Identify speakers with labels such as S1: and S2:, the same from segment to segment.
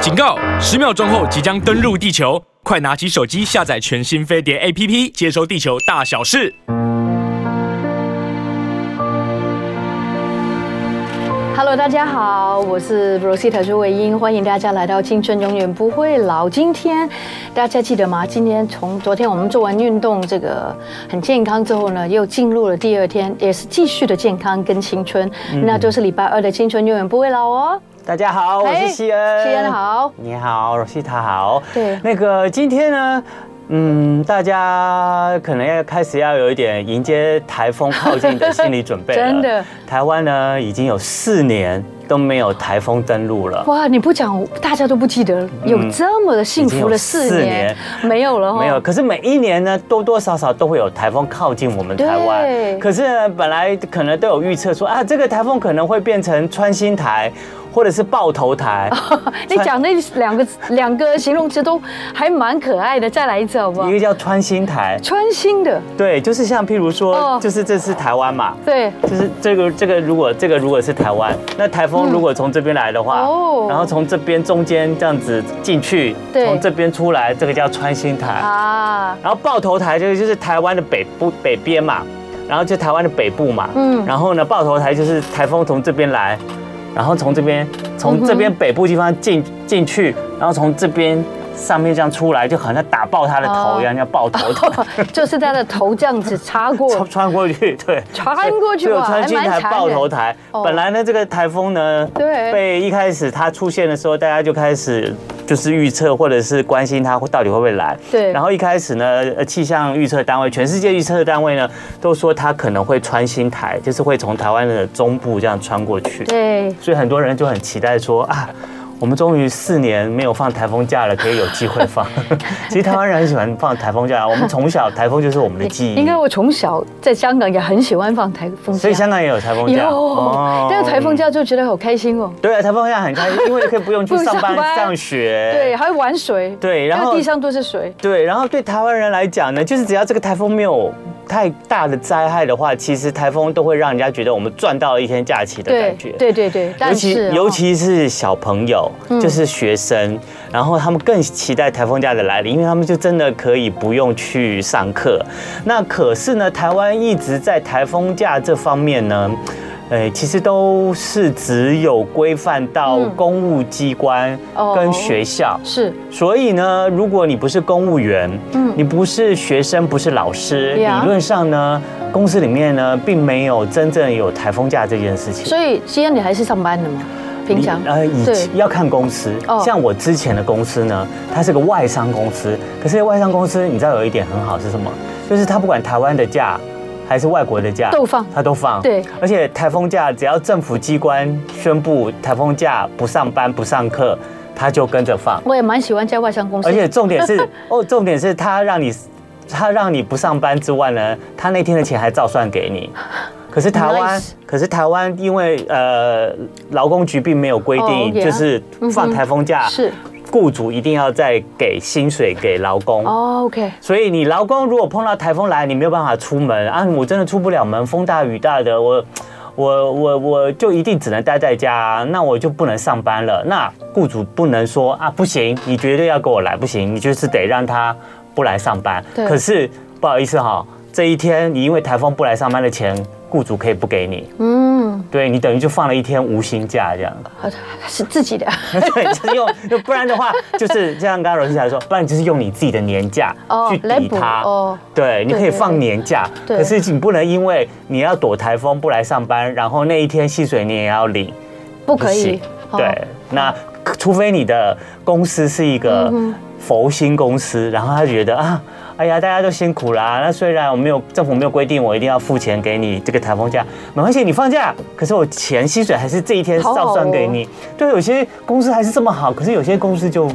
S1: 警告！十秒钟后即将登陆地球，快拿起手机下载全新飞碟 APP，接收地球大小事。
S2: Hello，大家好，我是 Rosita 朱慧英，欢迎大家来到《青春永远不会老》。今天大家记得吗？今天从昨天我们做完运动这个很健康之后呢，又进入了第二天，也是继续的健康跟青春，
S3: 嗯
S2: 那就是礼拜二的《青春永远不会老》哦。
S3: 大家好，我
S2: 哎
S3: 是西恩。
S2: 西恩好
S3: 你好，Rosita 好。
S2: 对
S3: 那个今天呢，嗯，大家可能要开始要有一点迎接台风靠近的心理准 备了。
S2: 真的，
S3: 台湾呢已经有四年都没有台风登陆了。
S2: 哇，你不讲，大家都不记得有这么的幸福的四年
S3: 嗯已经有，
S2: 没有了哦。
S3: 没有，可是每一年呢，多多少少都会有台风靠近我们台
S2: 对
S3: 湾。可是呢，本来可能都有预测说啊，这个台风可能会变成穿心台，或者是爆 头台。
S2: 你讲那两个两个形容词都还蛮可爱的，再来一次好不好
S3: 一？个叫穿心台，
S2: 穿心的，
S3: 对，就是像譬如
S2: 哦
S3: 说，就是这是台湾嘛，
S2: 对，
S3: 就是这个这个如果这个如果是台湾，那台风如果从这边来的话，
S2: 嗯哦
S3: 然后从这边中间这样子进去，
S2: 对
S3: 从这边出来，这个叫穿心台。
S2: 啊，
S3: 然后爆头台这个就是台湾的北部北边嘛，然后就台湾的北部嘛，
S2: 嗯
S3: 嗯，然后呢爆头台就是台风从这边来，然后从这边从这边北部地方进进去，然后从这边上面这样出来，就好像打爆他的头
S2: 哦
S3: 一样，叫爆 头台。
S2: 就是他的头这样子插过
S3: 穿，穿过去，对，
S2: 穿过去
S3: 所以
S2: 哇
S3: 我穿进
S2: 还蛮
S3: 台
S2: 残
S3: 爆
S2: 忍
S3: 头台
S2: 哦。
S3: 本来呢，这个台风呢，
S2: 对
S3: 被一开始它出现的时候，大家就开始就是预测或者是关心它会到底会不会来。
S2: 对
S3: 然后一开始呢，呃气象预测单位，全世界预测单位呢，都说它可能会穿新台，就是会从台湾的中部这样穿过去。
S2: 对，
S3: 所以很多人就很期待说啊。我们终于四年没有放台风假了，可以有机 会放。其实台湾人很喜欢放台风假，我们从小台风就是我们的记忆。
S2: 应该我从小在香港也很喜欢放台风假，
S3: 所以香港也有台风假，哦
S2: 有，但是台风
S3: 假。
S2: 假就觉得好开心哦，
S3: 对啊，台风假很开心，因为可以不用去
S2: 不上
S3: 上班、
S2: 班
S3: 上学。
S2: 对，还有玩水，
S3: 对然
S2: 因
S3: 后
S2: 为地上都是水，
S3: 对，然后对台湾人来讲呢，就是只要这个台风没有太大的灾害的话，其实台风都会让人家觉得我们赚到了一天假期的
S2: 对
S3: 感觉。，
S2: 对对对，
S3: 尤
S2: 但
S3: 其
S2: 是哦嗯
S3: 尤其是小朋友，就是学生，然后他们更期待台风假的来临，因为他们就真的可以不用去上课。那可是呢，台湾一直在台风假这方面呢。诶，其实都是只有规范到
S2: 嗯
S3: 公务机关
S2: 哦
S3: 跟学校，
S2: 是
S3: 所以呢，如果你不是公务员，
S2: 嗯
S3: 你不是学生，不是老师，
S2: Yeah
S3: 理论上呢，公司里面呢，并没有真正有台风假这件事情。
S2: 所以西安你还是上班的吗？平常
S3: 你呃，以
S2: 对
S3: 要看公司
S2: 哦。
S3: 像我之前的公司呢，它是个外商公司，可是外商公司你知道有一点很好是什么？就是它不管台湾的假还是外国的假
S2: 都放
S3: 它都放。
S2: 对
S3: 而且台风假只要政府机关宣布台风假不上班不上课，它就跟着放。
S2: 我也蛮喜欢在外商公司，
S3: 而且重 点是哦，重点是他让你他让你不上班之外呢，他那天的钱还照算给你。可是台湾
S2: Nice
S3: 可是台湾因为呃劳工局并没有规
S2: 哦
S3: 定，
S2: ，yeah
S3: 就是
S2: 嗯
S3: 放
S2: 哼
S3: 台风假，
S2: 是
S3: 雇主一定要再给薪水给劳工。
S2: 哦，OK，
S3: 所以你劳工如果碰到台风来，你没有办法出门啊，我真的出不了门，风大雨大的，我我我我就一定只能待在家，那我就不能上班了。那雇主不能说啊，不行，你绝对要给我来，不行，你就是得让他不来上班
S2: 对。
S3: 可是不好意思哈、这一天你因为台风不来上班的钱，雇主可以不给你，
S2: 嗯，
S3: 对你等于就放了一天无薪假这样。
S2: 好的是自己的，
S3: 对，就是用，就不然的话，就是像刚刚罗西来说，不然你就是用你自己的年假
S2: 哦
S3: 去
S2: 来
S3: 抵
S2: 补
S3: 它。
S2: 哦
S3: 对，你可
S2: 对
S3: 以
S2: 对
S3: 放年假，
S2: 对
S3: 可是你不能因为你要躲台风不来上班，然后那一天薪水你也要领，
S2: 不可以
S3: 行，
S2: 哦
S3: 对，那除非你的公司是一个
S2: 嗯
S3: 佛心公司，然后他觉得啊。哎呀，大家都辛苦啦。那虽然我没有政府没有规定我一定要付钱给你这个台风假，没关系，你放假，可是我钱薪水还是这一天
S2: 好好
S3: 照算给你。对，有些公司还是这么好，可是有些公司就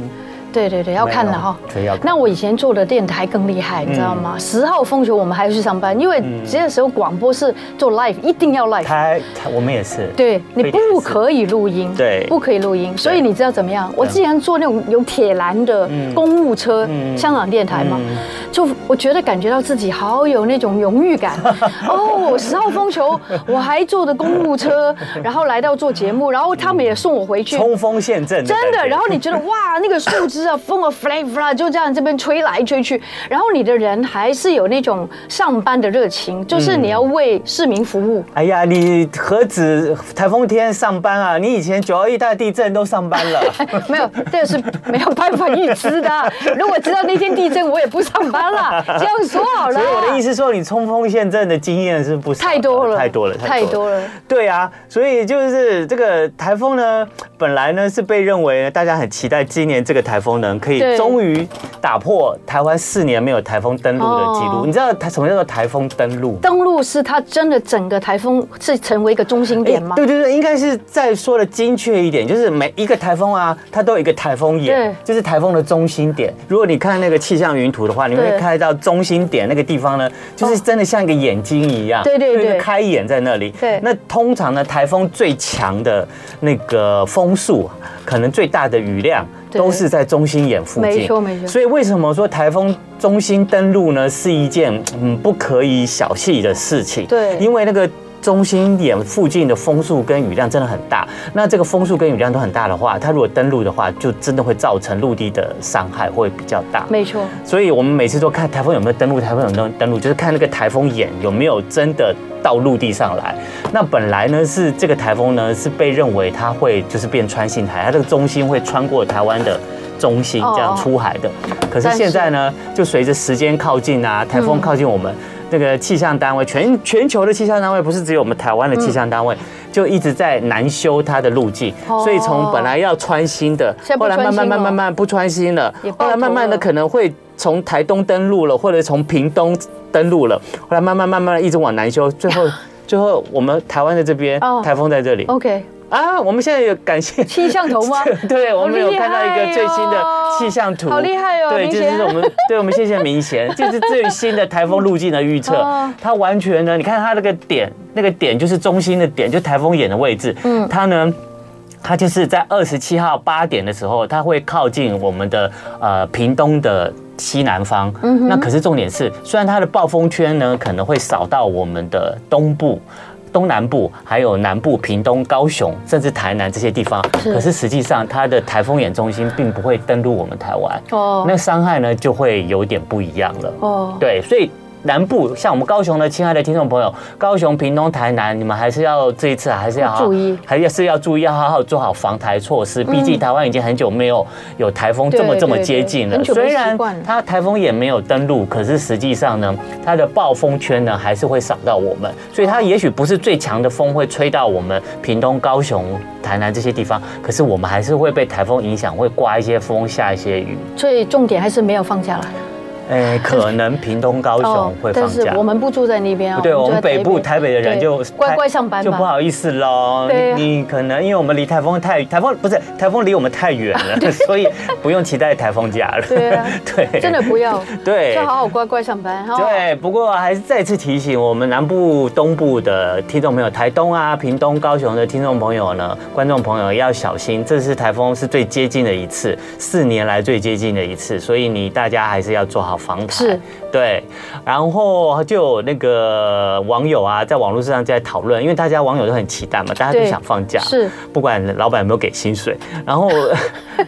S2: 对对对，要看了哈
S3: 对要。看嗯
S2: 那我以前做的电台更厉害，你知道吗？十号风球我们还要去上班，因为这时候广播是做 live，一定要 live。
S3: 台台我们也是，
S2: 对你
S3: 非得
S2: 不
S3: 是
S2: 可以录音，
S3: 对
S2: 不可以录音，所以你知道怎么样？我之前坐那种有铁栏的
S3: 嗯
S2: 公务车，
S3: 嗯
S2: 香港电台嘛
S3: 嗯，
S2: 就我觉得感觉到自己好有那种荣誉 感。哦，十号风球我还坐的公务车，然后来到做节目，然后他们也送我回去，
S3: 冲锋陷阵，
S2: 真的。然后你觉得哇，那个树枝啊，风 啊，飞啦，就这样这边吹来吹去，然后你的人还是有那种上班的热情，就是你要为市民服务。
S3: 哎呀，你何止台风天上班啊？你以前九二一大地震都上班 了，
S2: 没有，这是没有办法预知的。 如果知道那天地震，我也不上班了。这样说好了
S3: 所以。我的意思说，你冲锋陷阵的经验是不少的
S2: 太多了，
S3: 太多了，
S2: 太多了。
S3: 对啊，所以就是这个台风呢，本来呢是被认为呢大家很期待今年这个台风呢可
S2: 对
S3: 以终于打破台湾四年没有台风登陆的记录。
S2: 哦
S3: 你知道它什么叫做台风登陆吗？
S2: 登陆是它真的整个台风是成为一个中心点吗？
S3: 哎对对对，应该是再说的精确一点，就是每一个台风啊，它都有一个台风眼
S2: 对，
S3: 就是台风的中心点。如果你看那个气象云图的话，你会
S2: 对
S3: 看到中心点那个地方呢，就是真的像一个眼睛一样，
S2: 哦对对
S3: 就一个
S2: 对
S3: 开眼在那里。
S2: 对
S3: 那通常呢，台风最强的那个风速，啊可能最大的雨量。
S2: 对
S3: 都是在中心眼附近，
S2: 没错没错
S3: 所以为什么说台风中心登陆呢，是一件嗯不可以小觑的事情？
S2: 对
S3: 因为那个中心点附近的风速跟雨量真的很大，那这个风速跟雨量都很大的话，它如果登陆的话，就真的会造成陆地的伤害会比较大。
S2: 没错，
S3: 所以我们每次都看台风有没有登陆，台风有没有登陆，就是看那个台风眼有没有真的到陆地上来。那本来呢是这个台风呢是被认为它会就是变穿性台，它这个中心会穿过台湾的中心
S2: 哦
S3: 这样出海的。可是
S2: 但是
S3: 现在呢，就随着时间靠近
S2: 嗯
S3: 啊，台风靠近我们。那个气象单位，全全球的气象单位不是只有我们台湾的气象单位，就一直在难修它的路径，
S2: 嗯哦
S3: 所以从本来要穿新的
S2: 现在，不
S3: 后来慢
S2: 穿
S3: 慢
S2: 新
S3: 慢
S2: 了
S3: 慢慢不穿新了
S2: 也，
S3: 后来
S2: 爆
S3: 慢慢
S2: 头
S3: 的
S2: 了
S3: 可能会从台东登陆了，或者从屏东登陆了，后来慢慢慢慢的一直往南修，最后最后我们台湾的这边
S2: 哦
S3: 台风在这里
S2: OK，
S3: 啊，我们现在有感谢。
S2: 气象头 吗？
S3: 对，我们有看到一个最新的
S2: 好厉害哦
S3: 气象图，
S2: 好厉害哦
S3: 对，
S2: 明
S3: 就
S2: 贤
S3: 是我们， 对我们谢谢明贤，这是最新的台风路径的预测
S2: 哦，
S3: 它完全呢，你看它那个点，那个点就是中心的点，就台风眼的位置，嗯，它呢。它就是在二十七号八点的时候，它会靠近我们的呃屏东的西南方。
S2: 嗯
S3: 那可是重点是，虽然它的暴风圈呢可能会扫到我们的东部。东南部还有南部、屏东、高雄，甚至台南这些地方，
S2: 是
S3: 可是实际上它的台风眼中心并不会登陆我们台湾，
S2: 哦
S3: 那伤害呢就会有点不一样了。
S2: 哦，
S3: 对，所以南部像我们高雄的亲爱的听众朋友，高雄、屏东、台南，你们还是要这一次还是要好好
S2: 注意嗯
S3: 还是要注意，要好好做好防台措施。毕竟台湾已经很久没有有台风这么
S2: 对
S3: 这么
S2: 对
S3: 接
S2: 对
S3: 近了，
S2: 很久没
S3: 虽
S2: 习
S3: 然
S2: 惯了
S3: 它台风也没有登陆，可是实际上呢，它的暴风圈呢还是会扫到我们，所以它也许不是最强的风会吹到我们屏东、高雄、台南这些地方，可是我们还是会被台风影响，会刮一些风，下一些雨。
S2: 所以重点还是没有放下来。
S3: 哎，可能屏东、高雄会放
S2: 哦但是
S3: 假。
S2: 我们不住在那边啊，
S3: 对，我
S2: 住
S3: 们
S2: 在
S3: 北部台北的人
S2: 对
S3: 就
S2: 乖乖上班
S3: 就
S2: 吧。
S3: 不好意思喽。
S2: 对啊
S3: 你你可能因为我们离台风太台风不是台风离我们太远 了，所以不用期待台风假了。
S2: 对啊
S3: 对，
S2: 真的不要，
S3: 对
S2: 就好好乖乖上班。哦，
S3: 对，不过还是再次提醒我们南部、东部的听众朋友，台东啊、屏东、高雄的听众朋友呢，观众朋友要小心，这次台风是最接近的一次，四年来最接近的一次，所以你大家还是要做好防台。
S2: 是，
S3: 对。然后就有那个网友啊，在网络上在讨论，因为大家网友都很期待嘛，大家都
S2: 对
S3: 想放假，
S2: 是
S3: 不管老板有没有给薪水，
S2: 嗯
S3: 然 后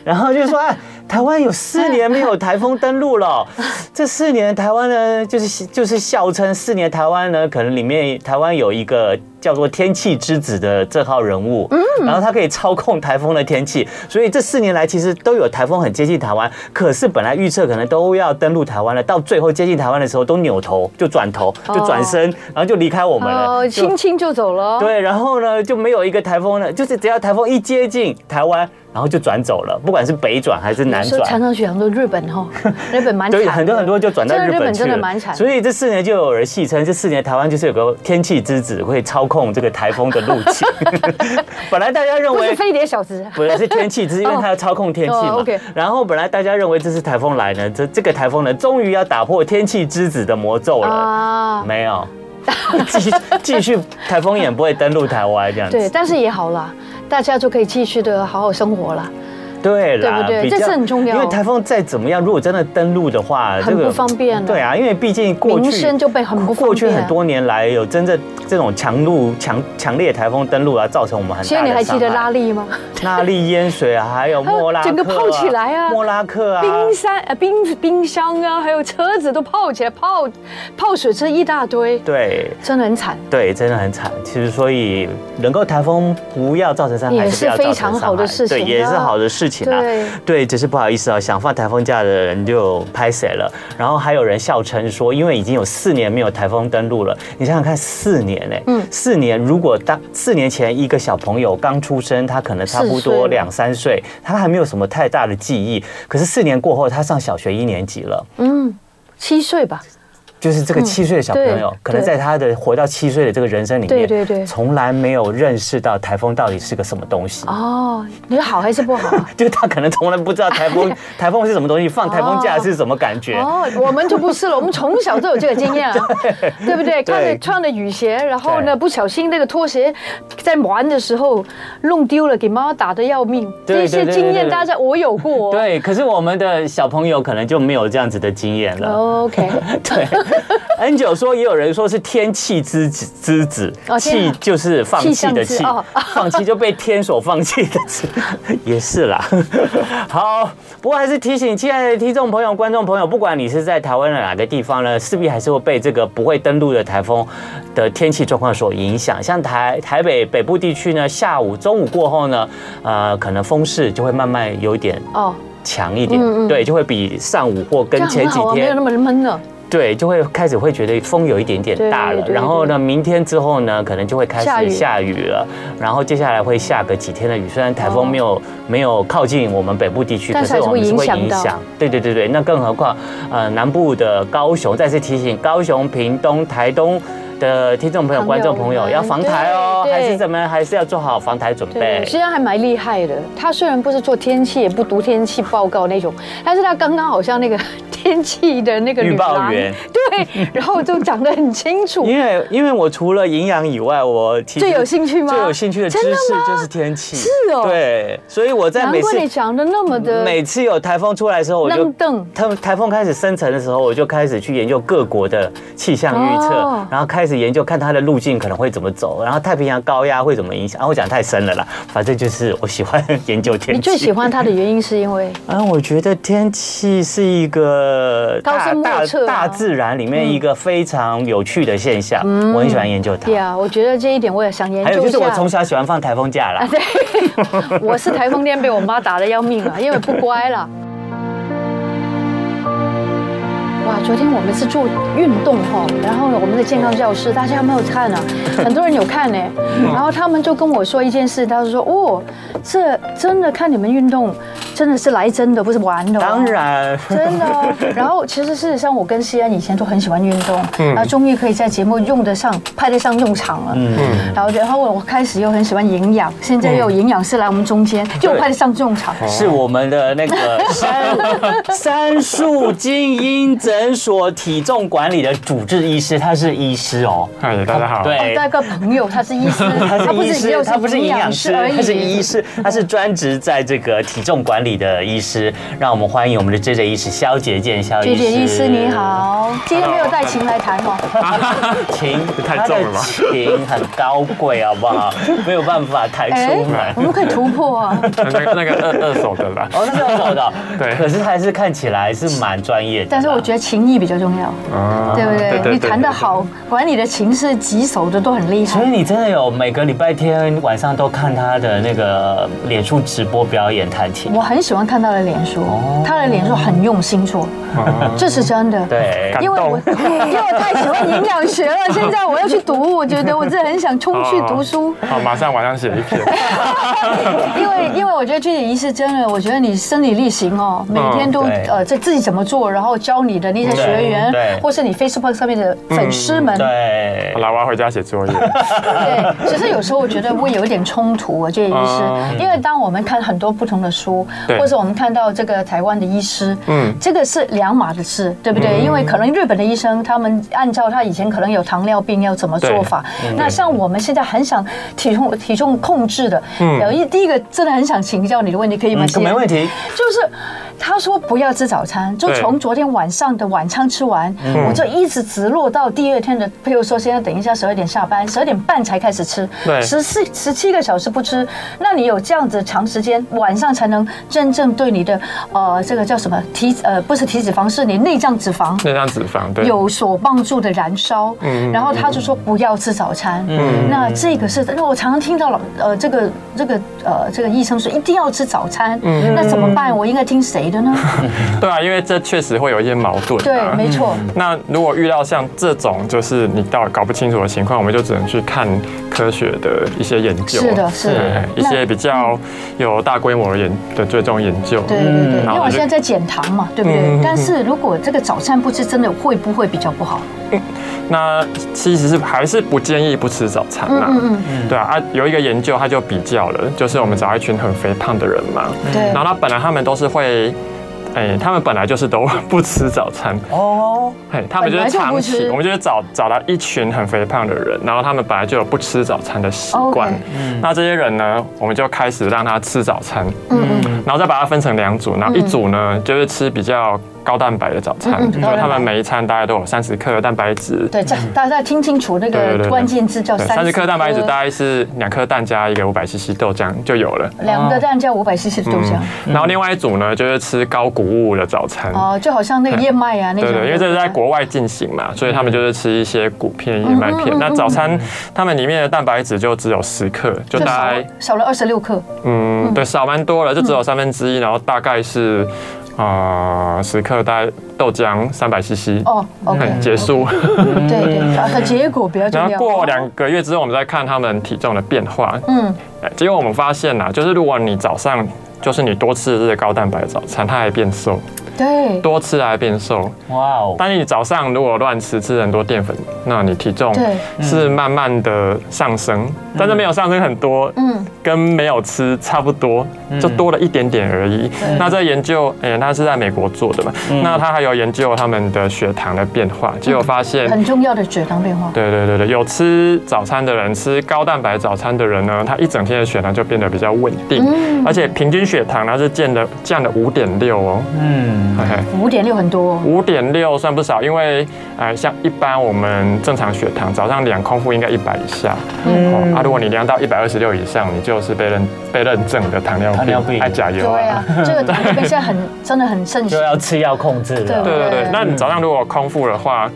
S3: 然后就说哎。台湾有四年没有台风登 陆了，这四年台湾呢，就是就是笑称四年台湾呢，可能里面台湾有一个叫做天气之子的这号人物，
S2: 嗯
S3: 然后他可以操控台风的天气，所以这四年来其实都有台风很接近台湾，可是本来预测可能都要登陆台湾了，到最后接近台湾的时候都扭头就转头就转身，然后就离开我们了，
S2: 哦，
S3: 就
S2: 轻轻就走了。，哦
S3: 对，然后呢就没有一个台风呢，就是只要台风一接近台湾，然后就转走了，不管是北转还是南
S2: 所以常
S3: 转。
S2: 常去很多日本 哈，日本蛮惨
S3: 对，
S2: 的，
S3: 很多很多就转到
S2: 真的
S3: 日
S2: 日
S3: 本
S2: 本
S3: 去
S2: 真的
S3: 了
S2: 蛮，惨的。
S3: 所以这四年就有人戏称，这四年台湾就是有个天气之子会操控这个台风的路径。 本来大家认
S2: 不是
S3: 为
S2: 飞碟小子，
S3: 本来是天气，只是因为它要操控天 气
S2: 哦
S3: 嘛
S2: ，OK。
S3: 然后本来大家认为这次台风来呢，这这个台风呢，终于要打破天气之子的魔咒了，
S2: 啊，
S3: 没有。继 续继续，台风眼不会登陆台湾这样
S2: 对，
S3: 子，
S2: 但是也好啦，大家就可以继续的好好生活了。
S3: 对
S2: 对
S3: 啦，
S2: 不对
S3: 比较
S2: 这次很重要
S3: 因为台风再怎么样，如果真的登陆的话，
S2: 很不方便啊
S3: 对啊，因为毕竟过去
S2: 民生就被很不方便
S3: 过去很多年来有真正这种强路强强烈台风登陆啊，造成我们很
S2: 现
S3: 大
S2: 在
S3: 的
S2: 你还记得
S3: 伤害
S2: 拉力吗？
S3: 那利淹水啊，还有莫拉克、啊，
S2: 还有整个泡起来啊
S3: 莫拉克啊，
S2: 冰山呃冰冰箱啊，还有车子都泡起来，泡泡水车一大堆，
S3: 对
S2: 真的很惨。
S3: 对，真的很惨。其实，所以能够台风不要造成伤害，
S2: 也
S3: 还不要
S2: 是非
S3: 造成
S2: 常
S3: 伤害
S2: 好的事情
S3: 对，也是
S2: 啊
S3: 好的事情啊。
S2: 对
S3: 对，只是不好意思啊，想放台风假的人就拍谁了。然后还有人笑称说，因为已经有四年没有台风登陆了，你想想看，四年哎、
S2: 嗯
S3: 四年如果当四年前一个小朋友刚出生，他可能差不
S2: 四岁
S3: 多
S2: 了
S3: 两三岁，他还没有什么太大的记忆。可是四年过后，他上小学一年级了。
S2: 嗯，七岁吧，
S3: 就是这个七岁的小朋友，
S2: 嗯对
S3: 可能在他的活到七岁的这个人生里面，
S2: 对对对
S3: 从来没有认识到台风到底是个什么东西。
S2: 哦，你说好还是不好啊？
S3: 就是他可能从来不知道台 风台风是什么东西，放台风假是什么感觉。
S2: 哦，我们就不是了，我们从小就有这个经验 啊，对不对？看着穿的雨鞋，然后呢，
S3: 对
S2: 不小心那个拖鞋在玩的时候弄丢了，给妈妈打得要命。
S3: 对
S2: 这些
S3: 对对对
S2: 经
S3: 对
S2: 验
S3: 对
S2: 大家我有过哦。
S3: 对，可是我们的小朋友可能就没有这样子的经验了。
S2: OK，
S3: 对，N 九说也有人说是天气之子之子，
S2: 哦天
S3: 气
S2: 啊
S3: 就是放
S2: 气
S3: 弃
S2: 象之
S3: 的气
S2: 哦，
S3: 放弃就被天所放弃的气， 也是啦。 好，不过还是提醒亲爱的听众朋友、观众朋友，不管你是在台湾的哪个地方呢，势必还是会被这个不会登陆的台风的天气状况所影响。像台台北北部地区呢，下午中午过后呢，呃，可能风势就会慢慢有一点
S2: 哦，
S3: 强一点，
S2: 嗯嗯
S3: 对，就会比上午或
S2: 这
S3: 跟
S2: 样
S3: 前
S2: 很
S3: 几
S2: 好啊，没
S3: 天
S2: 有那么闷了。
S3: 对，就会开始会觉得风有一点点大了
S2: 对，对
S3: 然后呢，明天之后呢，可能就会开
S2: 下雨
S3: 始下雨了，然后接下来会下个几天的雨，虽然台
S2: 哦
S3: 风没有没有靠近我们北部地区，
S2: 但
S3: 可
S2: 是还
S3: 是
S2: 是
S3: 我们
S2: 会
S3: 是会
S2: 影响
S3: 影
S2: 到
S3: 响。对对对对，那更何况呃南部的高雄，再次提醒高雄、屏东、台东。的听众朋
S2: 朋
S3: 友、
S2: 友
S3: 观众朋友
S2: 们
S3: 要防台哦，
S2: 对对
S3: 还是怎么样，还是要做好防台准备
S2: 对，。实际上还蛮厉害的。他虽然不是做天气，也不读天气报告那种，但是他刚刚好像那个 天气的那个
S3: 预
S2: 女
S3: 报
S2: 郎
S3: 员，
S2: 对，然后就讲得很清 楚。
S3: 因为因为我除了营养以外，我其实
S2: 最有兴趣吗
S3: 最有兴趣的知
S2: 真的
S3: 识
S2: 吗
S3: 就是天气。是
S2: 哦
S3: 对，所以我在
S2: 难
S3: 每
S2: 怪
S3: 次
S2: 你讲的那么的
S3: 每次有台风出来的时候，我就
S2: 愣 瞪
S3: 台台风开始生成的时候，我就开始去研究各国的气象预测，
S2: 哦
S3: 然后开始研究看它的路径可能会怎么走，然后太平洋高压会怎么影响。啊，我讲太深了啦，反正就是我喜欢研究 天气。
S2: 你最喜？欢他的原因是因 为
S3: 啊，我觉得天气是一个
S2: 高
S3: 大
S2: 深莫
S3: 大
S2: 测啊
S3: 大自然里面一个非常有趣的现象，我很喜欢研究它。
S2: 嗯对啊，我觉得这一点我也想研
S3: 还有
S2: 究
S3: 就
S2: 一
S3: 是
S2: 下。哎
S3: 我从小喜欢放台风假啦。
S2: 啊 我是台风天被我妈打得要命啊，因为不乖了。哇，昨天我们是做运动哈，然后我们的健康教室，大家有没有看 啊？很多人有看呢、
S3: 嗯
S2: 然后他们就跟我说一件事，他就说哦，这真的看你们运动，真的是来真的，不是玩的、哦。
S3: 当。然，
S2: 真的 哦、然后其实事实上，我跟西安以前都很喜欢运动，
S3: 嗯
S2: 然后终于可以在节目用得上、派得上用场了。
S3: 嗯
S2: 然后然后我开始又很喜欢营养，现在又有营养师来我们中间，又派得上用场。
S3: 是我们的那个三三树精英诊所体重管理的主治医师，他是医师哦，
S4: 嗨，大家
S1: 啊
S4: 好。
S3: 对
S2: 哦，大概朋友，他是医师，
S3: 他是医师，他
S2: 他
S3: 不
S2: 不
S3: 是
S2: 是
S3: 营
S2: 营
S3: 养
S2: 养
S3: 师
S2: 师而，已，
S3: 他是医。师，他是专职在这个体重管理的医师。让我们欢迎我们的 J J 医师肖杰健肖医
S2: 据
S3: 师。
S2: 点医师你，好，今天没有带琴来弹哦，
S3: 琴
S4: 太
S3: 他的
S4: 重了吧
S3: 琴很高贵，好不好？没有办法抬出门
S2: 哎我。们可以突破啊！
S4: 那个那个二二手的啦，
S3: 哦，那是要走的，
S4: 对
S3: 可是还是看起来是蛮专业的啦。
S2: 但是我觉得琴艺比较重要，
S4: 啊
S2: 对不对？你弹得，好，管你的琴是几手的都很厉
S3: 所以
S2: 害。
S3: 你真的有每个礼拜天晚上都看他的那个脸书直播表演弹琴？
S2: 我很喜欢看他的脸书，他的脸书很用心做，这是真的。。
S3: 对，
S4: 感
S2: 因为我
S4: 动
S2: 因为我太喜欢营养学了，现在我要去读，我觉得我真的很想冲去读书，
S4: 好，马上晚上写一篇。
S3: 哦
S2: 因为因为我觉得这点仪式真的，我觉得你身体力行哦，每天都
S3: 嗯对嗯
S2: 呃这自己怎么做，然后教你的那一些学员
S3: 对，对嗯
S2: 或是你 Facebook 上面的粉丝们，
S3: 对
S4: 好，啦，我要回家写作业。
S2: 对，其实有时候我觉得会有一点冲突啊，这医师
S4: 嗯，
S2: 因为当我们看很多不同的书，
S4: 对
S2: 或者我们看到这个台湾的医师，嗯
S4: 嗯，
S2: 这个是两码的事，对不对？
S3: 嗯
S2: 因为可能日本的医生他们按照他以前可能有糖尿病要怎么做法，
S3: 嗯
S2: 那像我们现在很想体重体重控制的，有一第一个真的很想请教你的问题，可以吗？
S3: 嗯，没问题。
S2: 就是他说不要吃早餐，就
S4: 对嗯
S2: 从昨天晚上的晚餐吃完，我就一直直落到第二天的，譬如说现在等一下十二点下班，十二点半才开始吃，
S4: 对
S2: 十四十七个小时不吃，那你有这样子长时间晚上才能真正对你的呃这个叫什么体呃不是体脂肪，是你内脏脂肪。
S4: 那张脂肪， 对，嗯
S2: 有所帮助的燃烧，然后他就说不要吃早餐，那这个是，那我常常听到老呃这个这个呃这个医生说一定要吃早餐，
S4: 嗯
S2: 那怎么办？我应该听谁的 呢？
S4: 对啊，因为这确实会有一些矛盾、啊。
S2: 对，没错，
S4: 那如果遇到像这种就是你到搞不清楚的情况，我们就只能去看科学的一些研究，啊
S2: 是的，是的
S4: 对，，一些比较有大规模的研的追踪研究，
S2: 对对对，因
S4: 嗯然
S2: 为
S4: 后
S2: 我
S4: 我就嗯
S2: 现在在减糖嘛，对不对？但是如果这个早餐不吃，真的会不会比较不好？
S4: 那其实是还是不建议不吃早餐啦、
S2: 嗯嗯
S4: 对啊，啊，有一个研究他就比较了，就是我们找一群很肥胖的人嘛，
S2: 嗯，对
S4: 然，后他本来他们都是会。哎、他们本来就是都 不吃早餐，
S3: 哦，
S4: 嘿，他们就
S2: 本
S4: 是
S2: 来就不
S4: 长
S2: 吃
S4: 期，我们就是找找到一群很肥胖的人，然后他们本来就有不吃早餐的习惯
S2: OK
S4: 那这些人呢，我们就开始让他吃早餐，
S2: 嗯嗯，
S4: 然后再把它分成两组，然后一组呢、就是吃比较高蛋白的早餐，
S2: 嗯嗯
S4: 就是他们每一餐大概都有三十克的蛋白质，
S2: 对，这大家听清楚那
S4: 嗯对对
S2: 个
S4: 对对
S2: 关键字叫
S4: 对，
S2: 三
S4: 三十克蛋白质大概是两颗蛋加一个五百 CC 豆浆就有了。嗯
S2: 两个蛋加五百 CC 的豆浆，
S4: 然后另外一组呢，就是吃高谷物的早餐。
S2: 哦，就好像那个燕麦啊那
S4: 嗯
S2: 种，
S4: 对
S2: 嗯
S4: 对，因为这是在国外进行嘛，所以他们就是吃一些谷片、燕麦片。那早餐他们里面的蛋白质就只有十克，就
S2: 就
S4: 大
S2: 少
S4: 概
S2: 了少了二十六克，
S4: 嗯，对，少蛮多了，就只
S2: 嗯
S4: 有三分之一，然后大概是啊十克，大概豆浆三百 CC，
S2: 哦，OK，
S4: 嗯结束。
S2: 对
S3: 嗯
S2: 对，啊，结果比较重
S4: 然后
S2: 要。
S4: 过两个月之后，我们再看他们体重的变化，
S2: 嗯，
S4: 哎结果我们发现呐、就是如果你早上就是你多吃这些高蛋白的早餐，它还变瘦，
S2: 对，
S4: 多吃还变瘦。
S3: 哇哦，
S4: 但是你早上如果乱吃，吃很多淀粉，那你体重
S2: 对
S4: 是慢慢的上升，但是没有上升很多，
S2: 嗯，
S4: 跟没有吃差不多，就多了一点点而已。
S2: 嗯
S4: 那这研究，哎、它是在美国做的嘛？那它还有研究他们的血糖的变化，结果发现
S2: 很重要的血糖变化。
S4: 对对对对，有吃早餐的人，吃高蛋白早餐的人呢，他一整天的血糖就变得比较稳定，
S2: 嗯
S4: 而且平均血糖它是降了降了五点六哦，
S3: 嗯，
S2: 五点六很多哦，
S4: 五点六算不少，因为呃像一般我们正常血糖早上量空腹应该一百以下，
S2: 嗯
S4: 哦，啊如果你量到一百二十六以上，你就是被认被认证的糖尿病，
S3: 糖尿病
S4: 哎加油
S2: 对
S4: 啊！
S2: 啊，这个糖尿病现在很真的很盛行
S3: 就。要吃药控制了。
S4: 对对
S2: 对
S4: 对，那你早上如果空腹的话，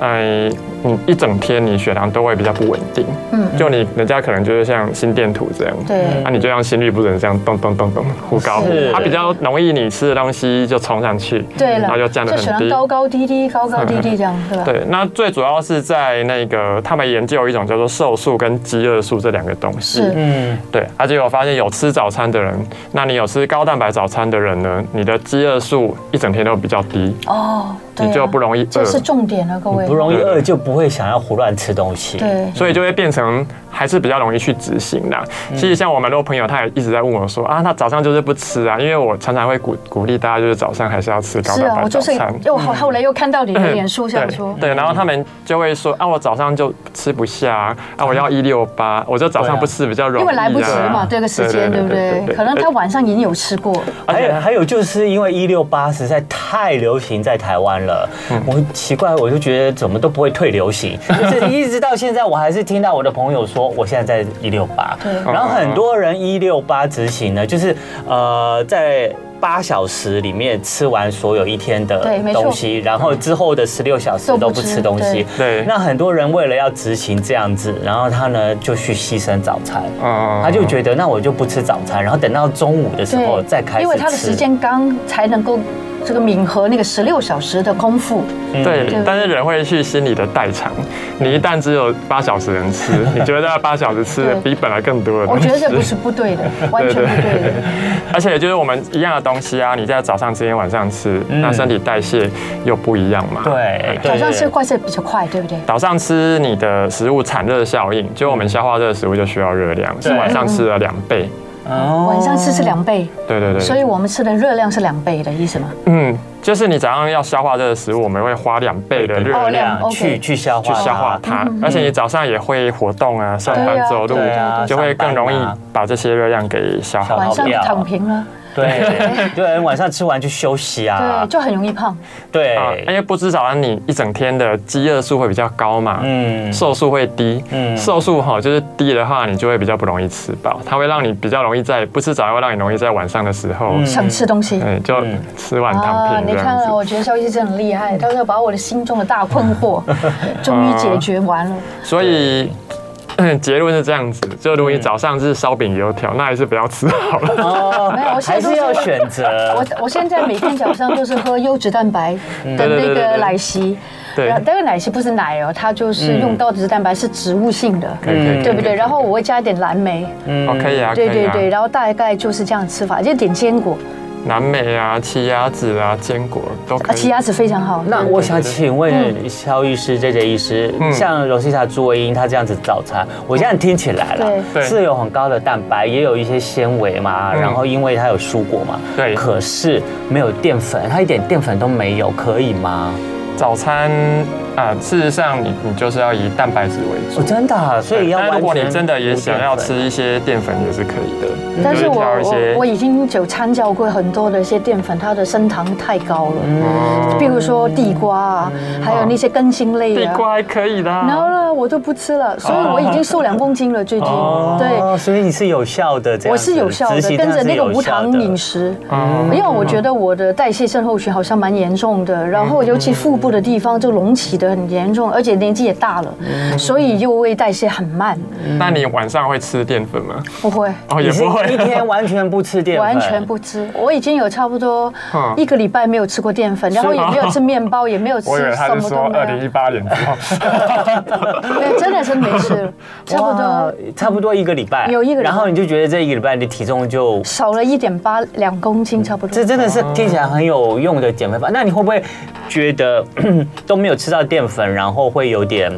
S4: 哎，你一整天你血糖都会比较不稳定，
S2: 嗯
S4: 嗯，就你人家可能就是像心电图这样，
S2: 对
S4: 那、你就像心律不整这样咚咚咚咚忽高
S3: 是，
S4: 它比较容易你吃的东西就冲上去，
S2: 对了，
S4: 然后就降得
S2: 血
S4: 很
S2: 糖
S4: 低。
S2: 高高低低，高高低 低这样，对吧？
S4: 对，那最主要是在那个他们研究一种叫做瘦素跟饥饿素这两个东西。
S2: 是
S3: 嗯，
S4: 对，而且我发现有吃早餐的人，那你有吃高蛋白早餐的人呢，你的饥饿素一整天都比较低，
S2: 哦，对啊
S4: 你就不容易饿
S2: 这是重点啊了，各位
S3: 不。容易饿就不会想要胡乱吃东西。
S2: 对，
S4: 所以就会变成还是比较容易去执行的。
S2: 嗯
S4: 其实像我蛮多朋友，他也一直在问我说啊，他早上就是不吃啊，因为我常常会鼓鼓励大家，就是早上还是要吃高
S2: 是
S4: 蛋
S2: 啊，
S4: 白
S2: 我
S4: 早
S2: 就是
S4: 餐。
S2: 又
S3: 嗯
S2: 后后来又看到你的脸书上说，
S4: 嗯 对，对然后他们就会说啊，我早上就吃不下啊，啊我要一六八，我就早上不吃比较容
S2: 因
S4: 易、啊，
S2: 为来不及嘛，这个时间对不对？可能他晚上已经有吃过，
S4: 而
S3: 还
S4: 且
S3: 有还有就是因为一六八实在太流行在台湾了，
S2: 嗯
S3: 我奇怪，我就觉得怎么都不会退流 行，就是一直到现在，我还是听到我的朋友说，我现在在一六八
S2: 对，
S3: 然后很多人一六八执行呢，就是呃在。八小时里面吃完所有一天的
S2: 对没错
S3: 东西，然后之后的十六小时
S2: 都不
S3: 都不
S2: 吃
S3: 吃东西。
S4: 对
S3: 那很多人为了要执行这样子，然后他呢就去牺牲早餐，
S4: 嗯
S3: 他就觉得那我就不吃早餐，然后等到中午的时候再开始吃。
S2: 因为他的时间刚才能够这个敏和那个十六小时的空腹，
S3: 嗯
S4: 对
S2: 对，
S4: 但是人会去心里的代偿。你一旦只有八小时能吃，你觉得那八小时吃的
S2: 对
S4: 比本来更多的
S2: 我
S4: 东西。
S2: 觉得这不是不对的，完全不对的。
S4: 而且就是我们一样的东西啊，你在早上吃跟晚上吃，
S3: 嗯
S4: 那身体代谢又不一样嘛。
S3: 对，对
S2: 早上吃快是比较快，对不对？
S4: 早上吃你的食物产热效应，就我们消化热的食物就需要热量，是
S3: 对
S4: 晚上吃了两倍。
S3: 哦
S2: 晚上吃是两倍，
S4: 对对对，
S2: 所以我们吃的热量是两倍的意思吗？
S4: 嗯，就是你早上要消化这个食物，我们会花两倍的热
S2: 哦
S4: 量
S2: 量，OK
S3: 去去消
S4: 去
S3: 化它
S4: 消化它，而且你早上也会活动啊，上班走路
S3: 对啊，
S4: 就会更容易
S3: 上班啊
S4: 把这些热量给消
S3: 消耗。
S4: 耗
S2: 晚上
S3: 掉
S2: 躺平了，
S3: 对对，晚上吃完去休息啊
S2: 对，，就很容易胖。
S3: 对
S4: 啊，因为不吃早餐，你一整天的饥饿素会比较高嘛，
S3: 嗯，
S4: 瘦素会低，
S3: 嗯
S4: 瘦素哈就是低的话，你就会比较不容易吃饱，它会让你比较容易在不吃早餐，会让你容易在晚上的时候，
S3: 嗯
S2: 想吃东西。啊
S4: 对，就
S3: 嗯
S4: 吃完躺平
S2: 哦你
S4: 这
S2: 看
S4: 样
S2: 了，
S4: 子。
S2: 我觉得肖医生很厉害，他说把我的心中的大困惑终于解决完了。
S4: 所以。嗯 结论是这样子，就
S2: 嗯
S4: 如果你早上是烧饼油条，那还是不要吃好 了。
S3: 哦
S2: 没有我现
S3: 还
S2: 在都
S3: 是
S2: 是
S3: 要选 择，
S2: 我我现在每天早上就是喝优质蛋白的
S4: 对对
S2: 那
S4: 对对
S2: 个
S4: 对
S2: 奶昔，
S4: 对
S2: 呃然后那个奶昔不是奶哦，它就是用到的是蛋白，是植物性的，
S4: 可以可以可以
S2: 嗯对不对？然后我会加一点蓝莓，
S4: 哦，可以啊，可
S2: 对
S4: 以
S2: 对
S4: 啊，
S2: 对，然后大概就是这样吃法，就点坚果，
S4: 蓝莓啊、奇亚籽啊、坚果都
S2: 啊，
S4: 可
S2: 奇
S4: 以。
S2: 亚籽非常好。
S3: 那我想请
S2: 嗯
S3: 问肖医师、J J 医师，
S4: 嗯
S3: 像罗西塔朱维英她这样子早餐，我现在听起来了，
S4: 对
S3: 是有很高的蛋白，也有一些纤维嘛，
S4: 嗯
S3: 然后因为它有蔬果嘛，
S4: 对
S3: 可是没有淀粉，它一点淀粉都没有，可以吗？
S4: 早餐啊，事实上你你就是要以蛋白质为
S3: 哦，
S4: 主。
S3: 真的啊，所以要
S4: 但
S3: 完
S4: 如果
S3: 全
S4: 你真的也想要吃
S3: 无淀
S4: 一些淀粉，也是可以的。
S2: 但
S4: 就是
S2: 我
S4: 挑一些
S2: 我我已经有参照过很多的一些淀粉，它的升糖太高了，
S4: 哦
S2: 比如说地瓜啊，还有那些根茎类
S4: 地
S2: 啊。
S4: 瓜还可以的啊。
S2: 然后呢，我都不吃了，所以我已经瘦两公斤了，最近
S3: 粉哦，
S2: 对。
S3: 所以你是有效的，这样
S2: 我
S3: 子
S2: 是有效的，
S3: 执行
S2: 跟
S3: 上
S2: 着
S3: 是
S2: 那个
S3: 有
S2: 无
S3: 效
S2: 糖
S3: 的
S2: 饮食，
S4: 哦
S2: 因为我觉得我的代谢症候群好像蛮严重
S4: 嗯
S2: 的，然后尤其腹部的地方就隆起的很严重，而且年纪也大了，
S4: 嗯
S2: 所以又会代谢很慢。
S4: 那你晚上会吃淀粉吗？
S2: 不会，
S4: 哦，
S3: 你
S4: 也
S3: 是
S4: 不会
S3: 一。天完全不吃淀 粉，
S2: 完全不吃。我已经有差不多
S4: 嗯
S2: 一个礼拜没有吃过淀粉，然后也没有吃面包，也没有吃
S4: 我以为他
S2: 什
S4: 是
S2: 么
S4: 说
S2: 都没
S4: 二零一
S2: 有。
S4: 八年 之后，
S2: 对，真的是没吃了，差不
S3: 哇
S2: 多。
S3: 差不多一个礼拜，
S2: 有一个礼拜
S3: 然后你就觉得这一个礼拜你体重就。
S2: 少了一点八两公斤，差不多
S3: 这。真的是听起来很有用的减肥法。那你会不会觉得 都没有吃到淀粉，然后会有点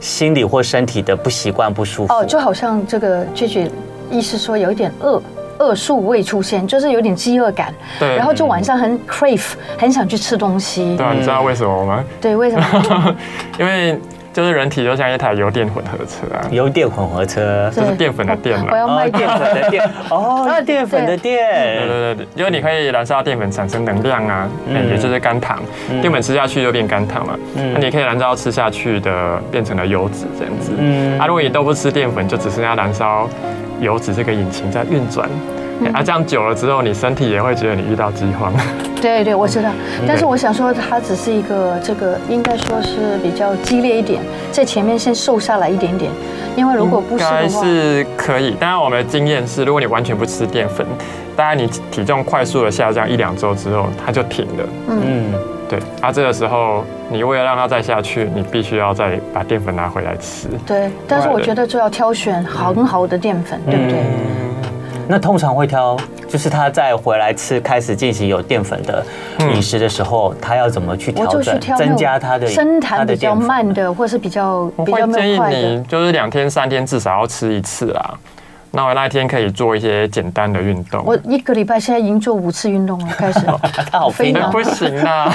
S3: 心理或身体的不习惯、不舒服？
S2: 哦，就好像这个 J J 医师说有一点饿。饿素未出现，就是有点饥饿感，
S4: 对
S2: 然后就晚上很 crave，很想去吃东西
S4: 嗯
S3: 嗯
S4: 对。啊，你知道为什么吗？
S2: 对，为什么？
S4: 因为就是人体就像一台油电混合车啊，
S3: 有淀混合车，
S4: 就是淀粉的淀
S2: 我
S4: 嘛。
S2: 要卖啊
S3: 哦，
S2: 淀
S3: 淀
S2: 粉。
S3: 粉的淀，哦，
S2: 对
S3: 淀粉的
S4: 对
S3: 淀，
S4: 对对，因为你可以燃烧淀粉产生能量啊，
S3: 嗯
S4: 也就是肝糖，淀粉吃下去就变肝糖嘛。
S3: 嗯
S4: 那你可以燃烧吃下去的变成了油脂这样子。
S3: 嗯
S4: 啊，如果你都不吃淀粉，就只剩下燃烧油脂这个引擎在运转。
S3: 嗯
S4: 啊，这样久了之后，你身体也会觉得你遇到饥荒。
S2: 对对，我知道。
S4: 嗯
S2: 但是我想说，它只是一个这个，应该说是比较激烈一点，在前面先瘦下来一点点，因为如果不
S4: 嗯应
S2: 是
S4: 该
S2: 的话，
S4: 是可以。当然，我们的经验是，如果你完全不吃淀粉，当然你体重快速的下降一两周之后，它就停了。
S3: 嗯，
S4: 对，啊，这个时候你为了让它再下去，你必须要再把淀粉拿回来吃。
S2: 对。但是我觉得就要挑选很好的淀
S4: 嗯
S2: 粉，对不对？
S3: 嗯那通常会挑，就是他在回来吃开始进行有淀粉的饮食的时候，他要怎么去
S2: 我
S3: 调
S2: 就去
S3: 整
S2: 挑，那
S3: 增
S2: 种
S3: 加他的
S2: 升
S3: 他
S2: 糖
S3: 的
S2: 比较
S3: 淀粉
S2: 慢的，或是比较
S4: 我
S2: 比
S4: 会
S2: 较没
S4: 建
S2: 有
S4: 议
S2: 快
S4: 你
S2: 的。
S4: 就是两天三天至少要吃一次啦。那我那一天可以做一些简单的运动。
S2: 我一个礼拜现在已经做五次运动了，开始。
S3: 他好
S2: 非
S3: 拼
S4: 哎
S2: 常
S3: 哦！
S4: 不行啦，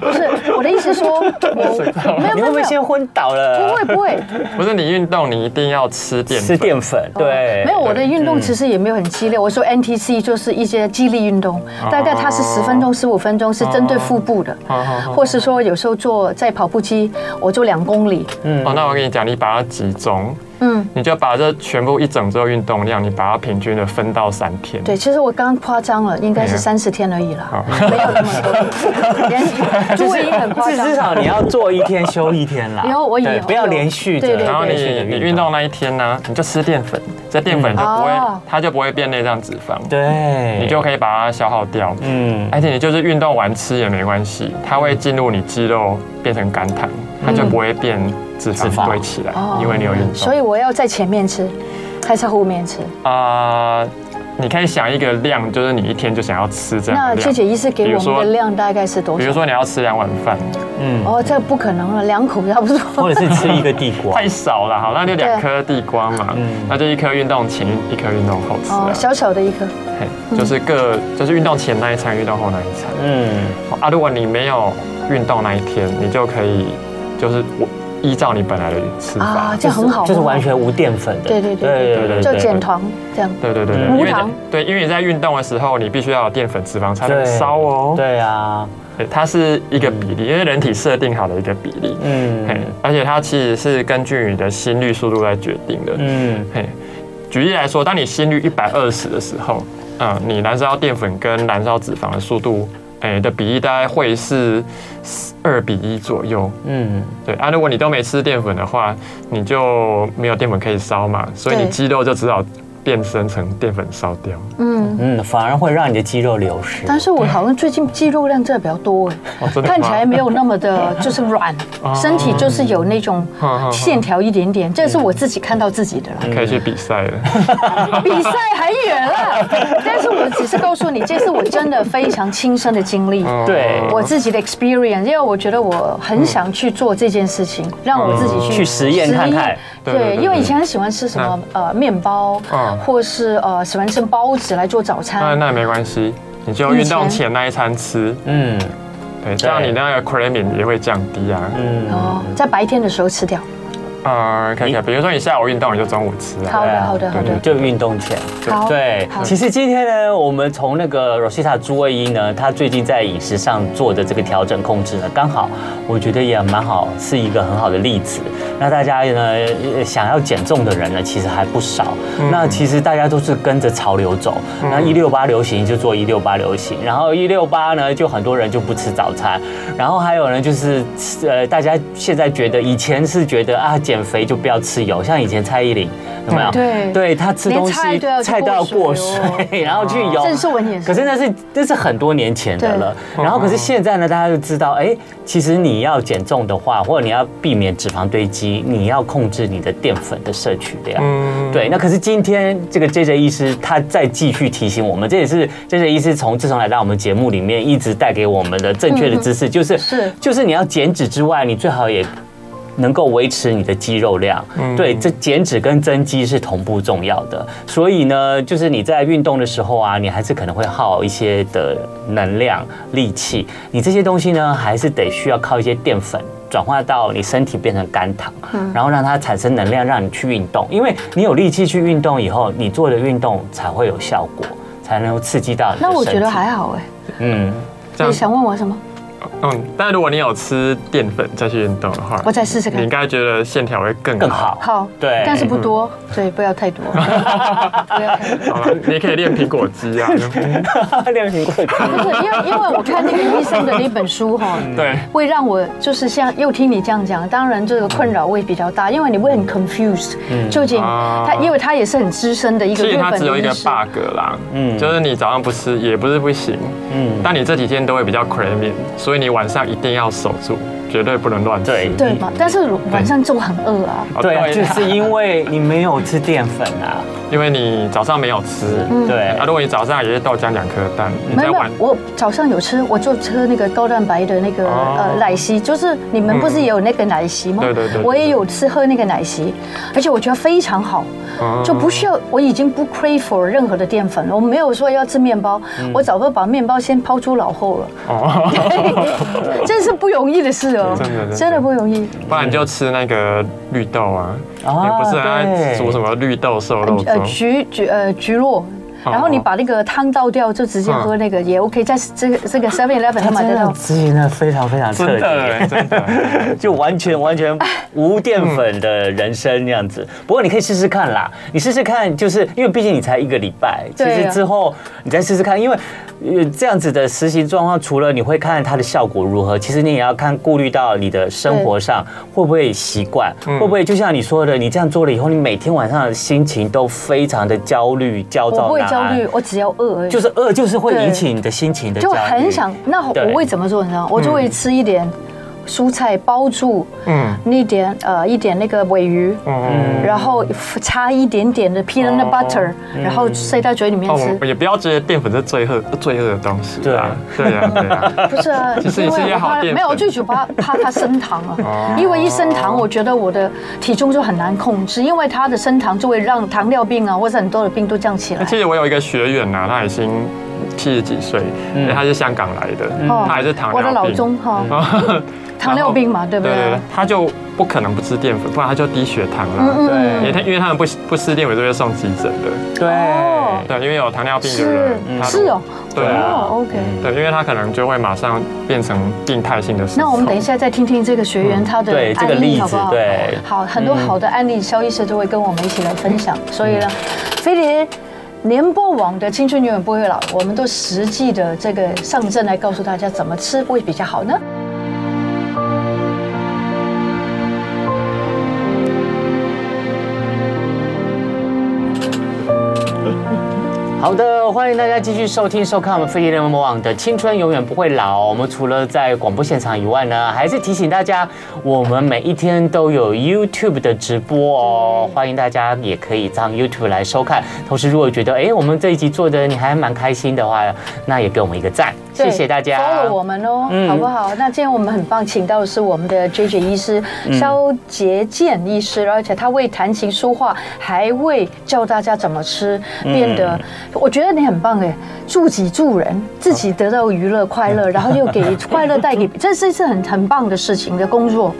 S2: 不是我的意思说，我没有没有
S3: 你会不
S2: 没
S3: 会
S2: 有，
S3: 先昏倒
S2: 不
S3: 了？
S2: 会不会，
S4: 不是你运动，你一定要吃淀
S3: 吃
S4: 粉。
S3: 淀粉，
S2: 哦
S3: 对，
S2: 没有，我的运动其实也没有很激烈。我说 NTC 就是一些激励运动，
S4: 啊
S2: 大概它是十分钟、十五分钟，是针对腹部的，或是说有时候做在跑步机，我做两公里，
S4: 哦，那我跟你讲，你把它集中，
S2: 嗯，
S4: 你就把这全部一整周运动量，你把它平均的分到三天。
S2: 对，其实我刚夸张了，应该是
S4: 没有
S2: 三十天而已啦
S4: 哎好，
S2: 没有那么多， 连朱伟英很夸
S3: 至
S2: 张
S3: 至。少你要做一天休一天啦。
S2: 以后我以
S3: 对
S2: 后
S3: 不要
S2: 有
S3: 连续的
S2: 对对
S4: 然后
S2: 对
S4: 你
S3: 连续的
S4: 你运动那一天呢、你就吃淀粉，这淀粉就不会，
S2: 哦
S4: 它就不会变内脏脂肪，
S3: 对，
S4: 你就可以把它消耗掉。
S3: 嗯，
S4: 而且你就是运动完吃也没关系，它会进入你肌肉变成肝糖，它就不会变脂
S3: 脂肪
S4: 肪堆起来
S2: 哦，
S4: 因为你有运动。
S2: 所以我要在前面吃，还是后面吃？
S4: 啊、你可以想一个量，就是你一天就想要吃这样
S2: 那
S4: 的
S2: 季
S4: 量。
S2: 姐医师给我
S4: 比如
S2: 们
S4: 说
S2: 的量大概是多
S4: 比
S2: 少
S4: 如？说你要吃两碗饭，
S3: 嗯，
S2: 哦，这不可能了，两口差不多。
S3: 或者是吃一个地瓜
S4: 太，少了，好，那就两颗地瓜嘛
S3: 嗯，
S4: 那就一颗运动前，一颗运动后吃
S2: 哦，
S4: 啊，
S2: 小嗯小的一颗，
S4: 嘿就是各就是运动前那一餐，运动后那一餐。
S3: 嗯，
S4: 啊，如果你没有运动那一天，你就可以就是我依照你本来的吃嗯法
S2: 啊，这样很好
S3: 就是完全无淀粉的，
S2: 对对对对就减糖这样。
S4: 对对对对，
S3: 嗯
S4: 因为
S2: 无糖
S4: 你对，因为你在运动的时候，你必须要有淀粉脂肪才能
S3: 对
S4: 烧哦。
S3: 对啊，
S4: 对，它是一个比例，因为人体设定好的一个比例。嘿
S3: 嗯，
S4: 而且它其实是根据你的心率速度来决定的。
S3: 嗯，
S4: 嘿，举例来说，当你心率一百二十的时候，嗯，你燃烧淀粉跟燃烧脂肪的速度，哎、的比例大概会是二比一左右。
S3: 嗯，
S4: 对啊，如果你都没吃淀粉的话，你就没有淀粉可以烧嘛，所以你
S2: 对
S4: 肌肉就只好变身成淀粉烧掉。
S2: 嗯，
S3: 嗯，反而会让你的肌肉流失。
S2: 但是我好像最近肌肉量真的比较多哎，
S4: 哦，真的吗
S2: 看起来没有那么的， 就是软，身体就是有那种
S4: 好好好
S2: 线条一点点，这是我自己看到自己的啦。
S4: 可以去比赛了。
S2: 比赛还远了， 但是我只是告诉你，这是我真的非常亲身的经历。
S4: 嗯
S3: 对
S2: 我自己的 experience，因为我觉得我很想去做这件事情，让我自己去
S3: 嗯去实验看看
S4: 嗯对对
S2: 对，
S4: 对
S2: 因为以前很喜欢吃什么呃面包
S4: 嗯，
S2: 或是呃喜欢吃包子来做早
S4: 那
S2: 餐。
S4: 那也没关系，你就运动前那一餐吃，
S3: 嗯
S4: 对，这样你那个 creaming 也会降低啊。
S3: 嗯，
S2: 哦，在白天的时候吃掉。
S4: 呃，可以可以，比如说你下午运动，你就中午吃啊。
S2: 好
S3: 对
S2: 的，
S3: 啊
S2: 好的，好
S4: 对
S2: 的。
S3: 就运动前。
S2: 好，
S3: 对，
S2: 好
S3: 其实今天呢，我们从那个 Rosita 朱卫一呢，她最近在饮食上做的这个调整控制呢，刚好我觉得也蛮好，是一个很好的例子。那大家呢，呃想要减重的人呢，其实还不少。那其实大家都是跟着潮流走，那一六八流行就做一六八流行，然后一六八呢，就很多人就不吃早餐，然后还有呢，就是吃呃，大家现在觉得以前是觉得啊，减肥就不要吃油，像以前蔡依林有没有？
S2: 对
S3: 对她吃东
S2: 连菜
S3: 西
S2: 都要去
S3: 菜都要过
S2: 过水哦
S3: 水， 然后去油。
S2: 郑秀文也是
S3: 可是那是那是很多年前的了。然后可
S2: 嗯
S3: 是现在呢，大家就知道，哎，其实你要减重的话，或者你要避免脂肪堆积，你要控制你的淀粉的摄取量。
S4: 嗯，
S3: 对，那可是今天这个 J J 医师他再继续提醒我们，这也是 J J 医师从自从来到我们节目里面一直带给我们的正确的知识，就是
S2: 嗯是
S3: 就是你要减脂之外，你最好也。能够维持你的肌肉量，
S4: 嗯
S3: 对，这减脂跟增肌是同步重要的。所以呢，就是你在运动的时候啊，你还是可能会耗一些的能量、力气，你这些东西呢，还是得需要靠一些淀粉转化到你身体变成肝糖，
S2: 嗯
S3: 然后让它产生能量，让你去运动。因为你有力气去运动以后，你做的运动才会有效果，才能够刺激到你的
S2: 那我
S3: 身
S2: 觉得
S3: 体
S2: 还好哎。
S3: 嗯，
S2: 你
S4: 这样
S2: 想问我什么？
S4: 嗯，但如果你有吃淀粉再去运动的话，
S2: 我再试试
S4: 你
S2: 看
S4: 应。该觉得线条会更
S3: 更。 好。
S2: 好，
S3: 对
S2: 但是不多，
S4: 嗯
S2: 所以不要太 多。不要太多。
S4: 好了，你也可以练苹果肌 啊。
S3: 练苹果肌，
S2: 不是，因为因为我看那个医生的那本书哈，
S4: 对，
S2: 会让我就是像又听你这样讲，当然这个困扰会比较大，因为你会很 confused，究竟
S4: 啊
S2: 他，因为他也是很资深的一个
S4: 其
S2: 日
S4: 实它
S2: 本
S4: 只有
S2: 的
S4: 一
S2: 医
S4: 个
S2: 师。
S4: bug 啦，
S3: 嗯
S4: 嗯，就是你早上不吃也不是不行，
S3: 嗯
S4: 嗯， 但你这几天都会比较 craving，所以你晚上一定要守住，绝对不能乱吃。
S3: 对
S2: 对嘛？但是晚上就很饿啊，
S4: 哦
S3: 对啊，就是因为你没有吃淀粉啊，
S4: 因为你早上没有吃，
S3: 对
S4: 啊，，如果你早上也是豆浆两颗蛋，你
S2: 没
S4: 在
S2: 有没有
S4: 晚，
S2: 我早上有吃，我就吃那个高蛋白的那个
S4: 哦
S2: 呃奶昔，就是你们不是也有那个奶昔吗？
S4: 对对对对
S2: 我也有吃喝那个奶昔，而且我觉得非常好，
S4: 嗯
S2: 就不需要，我已经不 crave for 任何的淀粉了，我没有说要吃面包，
S4: 嗯
S2: 我早就把面包先抛诸脑 后了，哦，这是不容易的事哦
S4: 真的真，的
S2: 真的不容易，
S4: 不然你就吃那个绿豆啊，
S3: 啊
S4: 你不是
S3: 对
S4: 在煮什么绿豆瘦肉
S2: 哦呃
S4: 粥？
S2: 橘橘呃橘络。
S4: 啊
S2: 然后你把那个汤倒掉，就直接喝那个也 OK，在这个这个 Seven Eleven
S3: 他
S2: 都买
S3: 啊真
S2: 得
S3: 的
S2: 到。
S3: 执行的非常非常彻
S4: 真
S3: 底。
S4: 的真 的，
S3: 就完全完全无淀粉的人生那样子，不过你可以试试看啦，你试试看，就是因为毕竟你才一个礼拜，其
S2: 对啊
S3: 实之后你再试试看，因为呃这样子的实习状况，除了你会看它的效果如何，其实你也要看顾虑到你的生活上会不会习惯，会不会就像你说的，你这样做了以后，你每天晚上的心情都非常的焦虑、焦
S2: 我
S3: 躁、
S2: 不会
S3: 难
S2: 焦
S3: 安
S2: 虑，，我只要饿而已。
S3: 就是饿，就是会
S2: 对
S3: 引起你的心情的焦
S2: 就
S3: 虑，
S2: 很想，那
S3: 对
S2: 我会怎么做？你知道吗，我就会吃一点蔬菜包住，
S4: 嗯
S2: 一点呃一点那个尾鱼，
S4: 嗯。
S2: 然后擦一点点的 peanut
S4: 哦
S2: butter，然后塞在嘴里面
S4: 哦，我
S2: 吃
S4: 们。也不要觉得淀粉是罪恶、罪恶的东西。
S3: 对啊，
S4: 对啊，对啊。
S2: 不是啊，
S4: 其实
S2: 因
S4: 也是
S2: 为
S4: 要
S2: 我
S4: 好
S2: 怕
S4: 淀粉
S2: 没有，我最主怕怕它升糖啊
S4: 哦，
S2: 因为一升糖，我觉得我的体重就很难控制，因为它的升糖就会让糖尿病啊，或者很多的病都降起来。
S4: 其实我有一个学员呐、他已经七十几岁，他是香港来的，
S2: 嗯哦
S4: 他也是糖尿
S2: 我
S4: 病。嗯
S2: 的老 宗哈，糖尿病嘛，对不
S4: 对对
S2: 对
S4: 对？，他就不可能不吃淀粉，不然他就低血糖啦。
S2: 嗯
S3: 对
S4: 因为他因为他们不不吃淀粉就会送急诊的，
S3: 对。
S2: 哦
S4: 对，因为有糖尿病的
S2: 是
S4: 人，他
S2: 是哦，
S4: 对
S2: 哦
S4: 啊，
S2: ，OK。
S4: 对，因为他可能就会马上变成病态性的失
S2: 那我们等一
S4: 控。
S2: 下再听听这个学员他的
S3: 嗯对这个
S2: 案
S3: 例
S2: 例好不
S3: 子
S2: 好？，
S3: 对，
S2: 好，很多好的案例，肖医师都会跟我们一起来分享。
S3: 嗯
S2: 所以呢，飞碟联播网的青春永远不会老，我们都实际的这个上阵来告诉大家怎么吃会比较好呢。
S3: 好的，欢迎大家继续收听、收看我们飞碟联盟网的《青春永远不会老》。我们除了在广播现场以外呢，还是提醒大家，我们每一天都有 YouTube 的直播
S2: 嗯
S3: 哦，欢迎大家也可以上 YouTube 来收看。同时，如果觉得哎，我们这一集做的你还蛮开心的话，那也给我们一个赞，谢谢大家。
S2: ，follow 我们哦，
S3: 嗯
S2: 好不好？那今天我们很棒，请到的是我们的 J J 医师
S3: 嗯
S2: 肖杰健医师，而且他会弹琴书画，还会教大家怎么吃，
S3: 嗯
S2: 变得我觉得你很棒哎，助己助人，自己得到娱乐快
S3: 嗯
S2: 乐，然后又给快乐带给，这是一次很很棒的事情的工 作，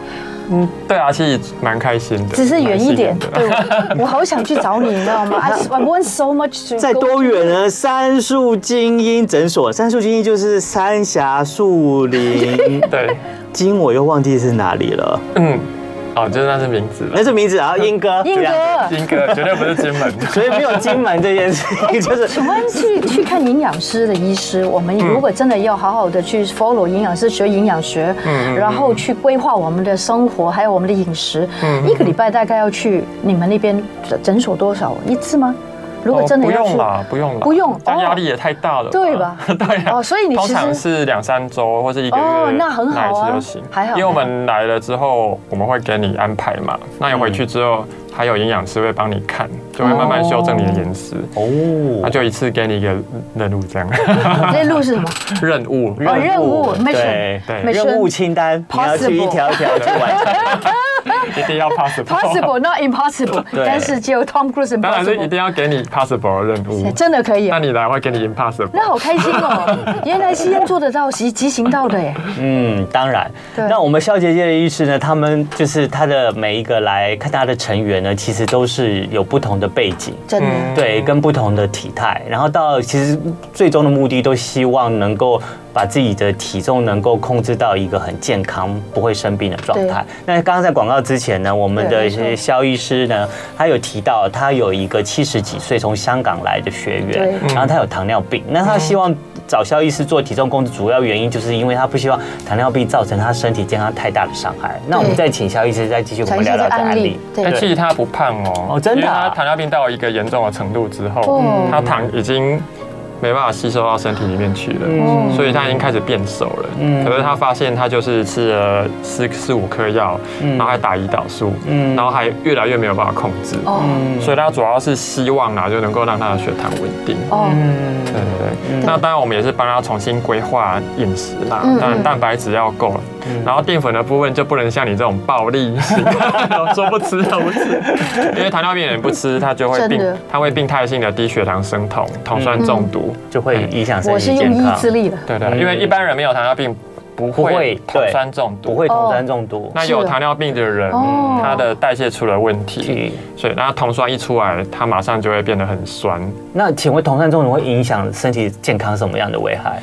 S4: 对啊，其实蛮开心的，
S2: 只是远一点
S4: 蛮幸运，的
S2: 对我，我好想去找你，你知道吗？I I want so much to go
S3: 在多远啊呢？杉树精英诊所，杉树精英就是三峡树林
S4: 对，
S3: 金，我又忘记是哪里了。
S4: 嗯，哦，就是那是名字了
S3: 那。这名字啊，英哥，
S2: 英
S3: 这样
S2: 哥，
S4: 金哥绝对不是金门。
S3: 所以没有金门这件事情，就是
S2: 请问去去看营养师的医师，我
S4: 嗯
S2: 们如果真的要好好的去 follow 营养师学营养学，
S4: 嗯
S2: 然后去规划我们的生活，还有我们的饮食，
S4: 嗯
S2: 一个礼拜大概要去你们那边诊所多少一次吗？如果真的
S4: 哦不
S2: 要去
S4: 用， 啦，不用啦，
S2: 不用
S4: 但
S2: 哦
S4: 压力也太大了，
S2: 对吧
S4: 对呀、
S2: 哦所以你
S4: 通
S2: 其实
S4: 常是两三周或是一个月，
S2: 哦那很好啊
S4: 哪一次就行，
S2: 还好嗯
S4: 因为我们来了之后，我们会给你安排嘛，那你回去之后，还有营养师会帮你看，就会慢慢修正你的饮食。那
S3: 哦，
S4: 就一次给你一个任务，这样
S2: 那路是什么？
S4: 任务，
S2: 哦任务
S3: 对
S2: mission，
S4: 对
S3: 任务清单，你要去
S2: Possible
S3: 一条一条去完成。
S4: 一定要 possible，,
S2: Possible not impossible，
S3: 对
S2: 但是只有 Tom Cruise
S4: 当然是一
S2: impossible，
S4: 定要给你 possible 的任务。
S2: 真的可以
S4: 那。你来会给你 impossible，
S2: 那好开心 哦！原来吸烟做得到，习即行到的耶。
S3: 嗯，当然。
S2: 对
S3: 那我们肖姐姐的医师呢，他们就是他的每一个来看他的成员呢，其实都是有不同的背景。
S2: 真的。
S4: 嗯
S3: 对，跟不同的体态，然后到其实最终的目的都希望能够把自己的体重能够控制到一个很健康、不会生病的状态。那刚刚在广告之前呢，我们
S2: 对
S3: 的
S2: 没错
S3: 肖医师呢，他有提到他有一个七十几岁从香港来的学员，
S2: 对嗯
S3: 然后他有糖尿病，那他希望。找肖医师做体重控制，主要原因就是因为他不希望糖尿病造成他身体健康太大的伤害。那我们
S2: 对
S3: 再请肖医师再继续我
S2: 讲
S3: 们
S2: 一下这
S3: 聊聊
S2: 个
S3: 这个
S2: 案
S3: 案
S2: 例
S3: 例。，
S2: 对
S4: 哎，其实他不胖哦，
S3: 哦真的啊
S4: 因为他糖尿病到一个严重的程度之后，
S2: 哦
S4: 他糖已经没办法吸收到身体里面去了，
S3: 嗯
S4: 所以他已经开始变瘦了。
S3: 嗯
S4: 可是他发现他就是吃了四四五颗药，然后还打胰岛素，
S3: 嗯
S4: 然后还越来越没有办法控制。
S2: 哦
S4: 所以他主要是希望啊，就能够让他的血糖稳定。
S2: 哦，
S3: 嗯
S4: 对对对，那当然我们也是帮他重新规划饮食啦
S2: 嗯，
S4: 当然蛋白质要够了，
S3: 嗯
S4: 然后淀粉的部分就不能像你这种暴力型， 说不吃就不吃， 因为糖尿病人不吃，他就会
S2: 真的
S4: 病，他会病态性的低血糖升酮、酮酸中毒。
S2: 嗯
S3: 就会影响身
S2: 我是
S3: 体
S2: 用
S3: 健
S2: 意
S3: 康。
S2: 志力的。
S4: 对对，
S3: 嗯
S4: 因为一般人没有糖尿病不
S3: 不会
S4: 会酮
S3: 对
S4: 酸中毒，
S3: 不会酮酸中毒。
S4: 那有糖尿病的人
S2: 啊哦，
S4: 他的代谢出了问题，
S3: 嗯
S4: 所以那酮酸一出来，它马上就会变得很酸。
S3: 那请问酮酸中毒会影响身体健康什么样的危害？